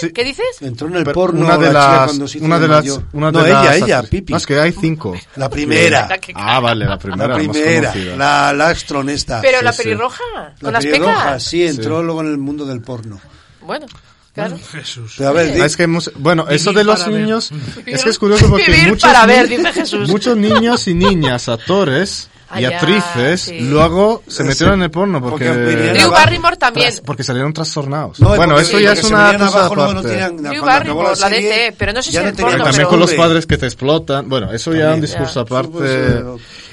[SPEAKER 4] ¿Qué? ¿Qué dices?
[SPEAKER 6] Entró en el
[SPEAKER 3] Ah, Pero
[SPEAKER 6] porno
[SPEAKER 3] una de
[SPEAKER 6] la
[SPEAKER 3] las
[SPEAKER 6] chica cuando se hizo
[SPEAKER 3] una
[SPEAKER 6] de
[SPEAKER 3] de las
[SPEAKER 6] mayor.
[SPEAKER 3] una de
[SPEAKER 6] no,
[SPEAKER 3] las
[SPEAKER 6] ella, ella,
[SPEAKER 3] actriz-
[SPEAKER 6] Pipi.
[SPEAKER 3] No, es que hay cinco
[SPEAKER 6] La primera.
[SPEAKER 3] ah vale la primera
[SPEAKER 6] La
[SPEAKER 3] la más
[SPEAKER 6] primera,
[SPEAKER 3] conocida.
[SPEAKER 6] la, la astronesta.
[SPEAKER 4] Pero la
[SPEAKER 3] sí.
[SPEAKER 4] pelirroja, con las
[SPEAKER 6] pelirroja,
[SPEAKER 4] pecas.
[SPEAKER 6] sí, entró luego en el mundo del porno.
[SPEAKER 4] Bueno, claro.
[SPEAKER 5] Jesús.
[SPEAKER 6] Pero a ver, di-
[SPEAKER 3] Ah, es que hemos- bueno, eso de
[SPEAKER 5] Vivir
[SPEAKER 3] los
[SPEAKER 5] para ver.
[SPEAKER 3] niños
[SPEAKER 4] Vivir-
[SPEAKER 3] es que es curioso porque
[SPEAKER 4] vivir
[SPEAKER 3] muchos,
[SPEAKER 4] para ver,
[SPEAKER 3] ni-
[SPEAKER 4] dice Jesús.
[SPEAKER 3] muchos niños y niñas, actores
[SPEAKER 4] Ah,
[SPEAKER 3] y
[SPEAKER 4] ya,
[SPEAKER 3] actrices
[SPEAKER 4] sí.
[SPEAKER 3] luego se
[SPEAKER 6] Sí.
[SPEAKER 3] metieron en el porno porque
[SPEAKER 6] Porque venían
[SPEAKER 4] Drew
[SPEAKER 6] Drew
[SPEAKER 4] Barrymore también.
[SPEAKER 3] tras- porque salieron trastornados.
[SPEAKER 6] No,
[SPEAKER 3] bueno,
[SPEAKER 6] porque-
[SPEAKER 3] eso ya
[SPEAKER 6] porque
[SPEAKER 3] es
[SPEAKER 6] se
[SPEAKER 3] una
[SPEAKER 6] venían
[SPEAKER 3] cosa
[SPEAKER 6] abajo, luego no
[SPEAKER 3] aparte.
[SPEAKER 6] tenían-
[SPEAKER 4] Drew
[SPEAKER 6] cuando acabó
[SPEAKER 4] Barrymore, la
[SPEAKER 6] serie,
[SPEAKER 4] DT, pero no sé
[SPEAKER 6] ya
[SPEAKER 4] si el
[SPEAKER 6] tenían
[SPEAKER 4] porno,
[SPEAKER 3] también
[SPEAKER 4] pero-
[SPEAKER 3] con los
[SPEAKER 6] nombre.
[SPEAKER 3] padres que te explotan. Bueno, eso ya es un
[SPEAKER 6] También.
[SPEAKER 3] discurso
[SPEAKER 4] Ya.
[SPEAKER 3] aparte.
[SPEAKER 6] Sí, pues, eh,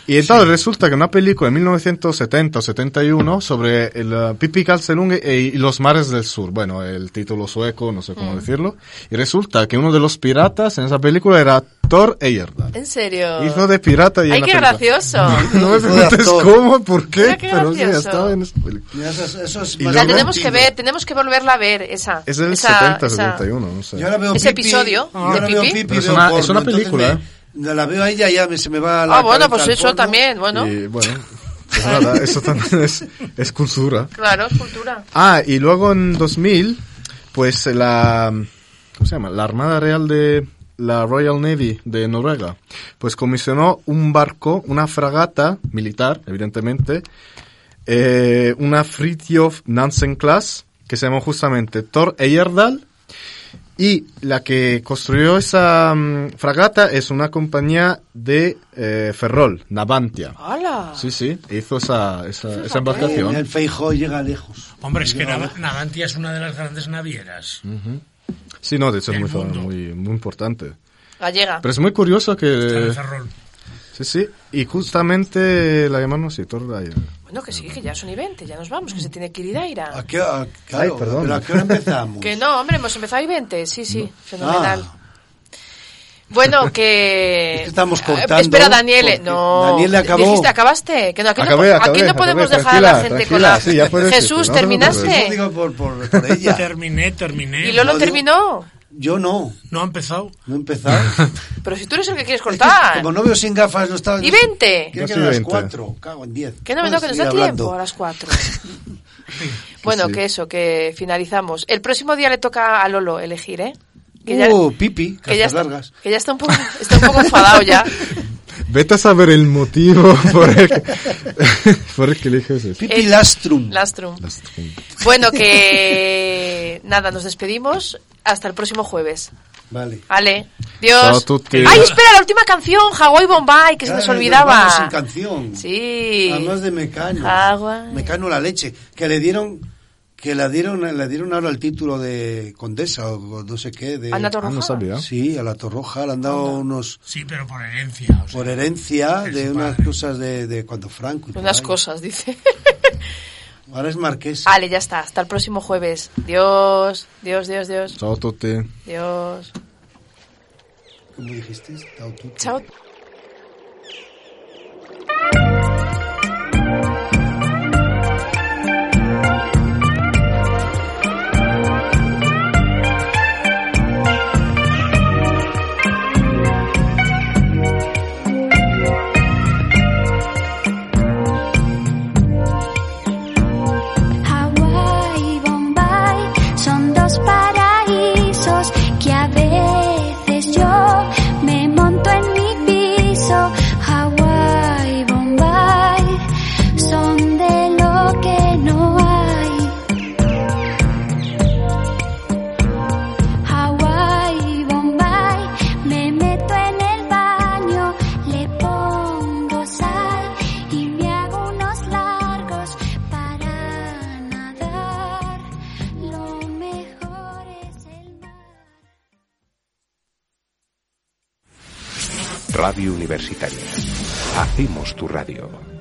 [SPEAKER 3] Y entonces resulta que una película de 1970 o 71 sobre el eh, Pippi Calzelunge e- y los mares del sur, bueno, el título sueco, no sé
[SPEAKER 4] Mm.
[SPEAKER 3] cómo decirlo, y resulta que uno de los piratas en esa película era Thor Heyerdahl.
[SPEAKER 4] En serio.
[SPEAKER 3] Hizo de pirata y en
[SPEAKER 4] Ay,
[SPEAKER 3] la
[SPEAKER 4] qué
[SPEAKER 3] película.
[SPEAKER 4] gracioso.
[SPEAKER 3] No me preguntes cómo, por qué,
[SPEAKER 4] Mira qué
[SPEAKER 3] pero sí,
[SPEAKER 4] gracioso.
[SPEAKER 3] estaba en esa película.
[SPEAKER 6] Mira, eso es- eso es
[SPEAKER 3] Y
[SPEAKER 6] más
[SPEAKER 4] O sea,
[SPEAKER 3] luego-
[SPEAKER 4] tenemos que ver, tenemos que volverla a ver, esa.
[SPEAKER 3] Es del
[SPEAKER 4] esa-
[SPEAKER 3] 70,
[SPEAKER 4] esa.
[SPEAKER 3] 71, no sé.
[SPEAKER 6] Yo ahora veo
[SPEAKER 4] Ese
[SPEAKER 6] Pipi,
[SPEAKER 4] episodio
[SPEAKER 6] yo ahora
[SPEAKER 4] de
[SPEAKER 6] veo
[SPEAKER 4] Pipi.
[SPEAKER 6] Pipi
[SPEAKER 3] Pero es
[SPEAKER 6] veo
[SPEAKER 3] una-
[SPEAKER 6] porno,
[SPEAKER 3] es una
[SPEAKER 6] entonces
[SPEAKER 3] película,
[SPEAKER 6] me- la veo a ella y ya me- se me va la
[SPEAKER 4] Ah, bueno,
[SPEAKER 6] cabeza
[SPEAKER 4] pues
[SPEAKER 6] al
[SPEAKER 4] eso
[SPEAKER 6] porno.
[SPEAKER 4] también, bueno.
[SPEAKER 3] Y bueno, pues nada, eso también es, es cultura.
[SPEAKER 4] Claro, es cultura.
[SPEAKER 3] Ah, y luego en 2000, pues la... ¿Cómo se llama? La Armada Real de la Royal Navy de Noruega, pues comisionó un barco, una fragata militar, evidentemente, eh, una Fridtjof Nansen Class, que se llamó justamente Thor Eyerdal, y la que construyó esa mm, fragata es una compañía de eh, Ferrol, Navantia.
[SPEAKER 4] ¡Hala!
[SPEAKER 3] Sí, sí, hizo esa, esa, esa embarcación.
[SPEAKER 6] El Feijóo llega lejos.
[SPEAKER 5] Hombre, es que Nav- Navantia es una de las grandes navieras.
[SPEAKER 3] Sí, no, de hecho es
[SPEAKER 5] Del
[SPEAKER 3] muy, fa-
[SPEAKER 5] mundo.
[SPEAKER 3] muy, muy importante.
[SPEAKER 4] Gallega.
[SPEAKER 3] Pero es muy curioso
[SPEAKER 5] Está en
[SPEAKER 3] que...
[SPEAKER 5] Ferrol.
[SPEAKER 3] Sí, sí, y justamente la llamaron así, Thor Dyer.
[SPEAKER 4] Bueno, que sí, que ya son y 20, ya nos vamos, que se tiene que ir Aira.
[SPEAKER 3] Ah,
[SPEAKER 6] ¿A qué, a- claro,
[SPEAKER 3] perdón.
[SPEAKER 6] ¿pero a qué hora empezamos?
[SPEAKER 4] Que no, hombre, hemos empezado y 20, sí, sí, fenomenal.
[SPEAKER 3] Ah.
[SPEAKER 6] Ah,
[SPEAKER 4] Bueno, que...
[SPEAKER 6] Estamos
[SPEAKER 4] Eh,
[SPEAKER 6] cortando,
[SPEAKER 4] Espera, Daniele,
[SPEAKER 6] porque
[SPEAKER 4] no...
[SPEAKER 6] Daniele acabó.
[SPEAKER 4] Dijiste, acabaste. Que no, aquí,
[SPEAKER 3] Acabé,
[SPEAKER 4] no,
[SPEAKER 3] acabé,
[SPEAKER 4] aquí no
[SPEAKER 3] acabé,
[SPEAKER 4] podemos dejar a la
[SPEAKER 3] tranquila,
[SPEAKER 4] gente con
[SPEAKER 3] tranquila,
[SPEAKER 4] la...
[SPEAKER 3] sí, ya puedes
[SPEAKER 4] Jesús,
[SPEAKER 3] irte, no te
[SPEAKER 6] Yo
[SPEAKER 4] ¿terminaste?
[SPEAKER 6] digo por, por, por ella.
[SPEAKER 5] Terminé, terminé.
[SPEAKER 4] ¿Y Lolo
[SPEAKER 6] Yo digo-
[SPEAKER 4] terminó?
[SPEAKER 6] Yo no,
[SPEAKER 5] No ha empezado.
[SPEAKER 6] no he empezado.
[SPEAKER 4] Pero si tú eres el que quieres
[SPEAKER 6] Es que
[SPEAKER 4] cortar.
[SPEAKER 6] Como no veo sin gafas, no estaba...
[SPEAKER 4] ¡Y 20!
[SPEAKER 6] Creo que
[SPEAKER 3] Yo
[SPEAKER 6] eran
[SPEAKER 3] soy
[SPEAKER 6] las
[SPEAKER 3] 20.
[SPEAKER 6] 4, cago en 10.
[SPEAKER 4] Que no, no, que nos da tiempo a las 4. bueno,
[SPEAKER 3] sí.
[SPEAKER 4] que eso, que finalizamos. El próximo día le toca a Lolo elegir, ¿eh? Que ya,
[SPEAKER 6] Uh, pipi,
[SPEAKER 4] que ya
[SPEAKER 6] castas
[SPEAKER 4] está,
[SPEAKER 6] largas.
[SPEAKER 4] que ya está un poco, está un poco enfadado ya.
[SPEAKER 3] Vete a saber el motivo por el que, por el que eliges eso.
[SPEAKER 6] Pipi
[SPEAKER 4] Eh,
[SPEAKER 6] lastrum.
[SPEAKER 4] Lastrum. Bueno, que nada, nos despedimos. Hasta el próximo jueves.
[SPEAKER 6] Vale.
[SPEAKER 4] Ale,
[SPEAKER 3] Chao a
[SPEAKER 4] Dios.
[SPEAKER 3] tutti.
[SPEAKER 4] Ay, espera, la última canción, Hawái Bombay, que se nos
[SPEAKER 6] Ay, Ah, vamos
[SPEAKER 4] olvidaba.
[SPEAKER 6] sin canción.
[SPEAKER 4] Sí.
[SPEAKER 6] Además de Mecano.
[SPEAKER 4] Agua.
[SPEAKER 6] Mecano la leche. Que le dieron, que la dieron, le dieron ahora el título de condesa o no sé qué. De,
[SPEAKER 4] Ana Torroja.
[SPEAKER 3] Ah, no sabía.
[SPEAKER 6] Sí, a la Torroja le han dado unos
[SPEAKER 5] Sí, pero por herencia. o sea,
[SPEAKER 6] por herencia
[SPEAKER 5] Es
[SPEAKER 6] de
[SPEAKER 5] su
[SPEAKER 6] unas
[SPEAKER 5] padre.
[SPEAKER 6] cosas de, de cuando Franco. y por
[SPEAKER 4] Unas
[SPEAKER 6] ahí.
[SPEAKER 4] cosas, dice.
[SPEAKER 6] Ahora es marquesa.
[SPEAKER 4] Ale, ya está. Hasta el próximo jueves. Dios, Dios, Dios, Dios.
[SPEAKER 3] Chao, Tote.
[SPEAKER 4] Dios.
[SPEAKER 6] ¿Cómo dijiste? Tao Tuti.
[SPEAKER 4] Chao.
[SPEAKER 11] Hawái y Bombay son dos paraísos que a veces yo me monto en mi piso. Hawái y Bombay son de lo que no hay. Hawái y Bombay me meto en el baño, le pongo sal y me hago unos largos para nadar. Lo mejor es el mar.
[SPEAKER 1] Radio Universitaria. Hacemos tu radio.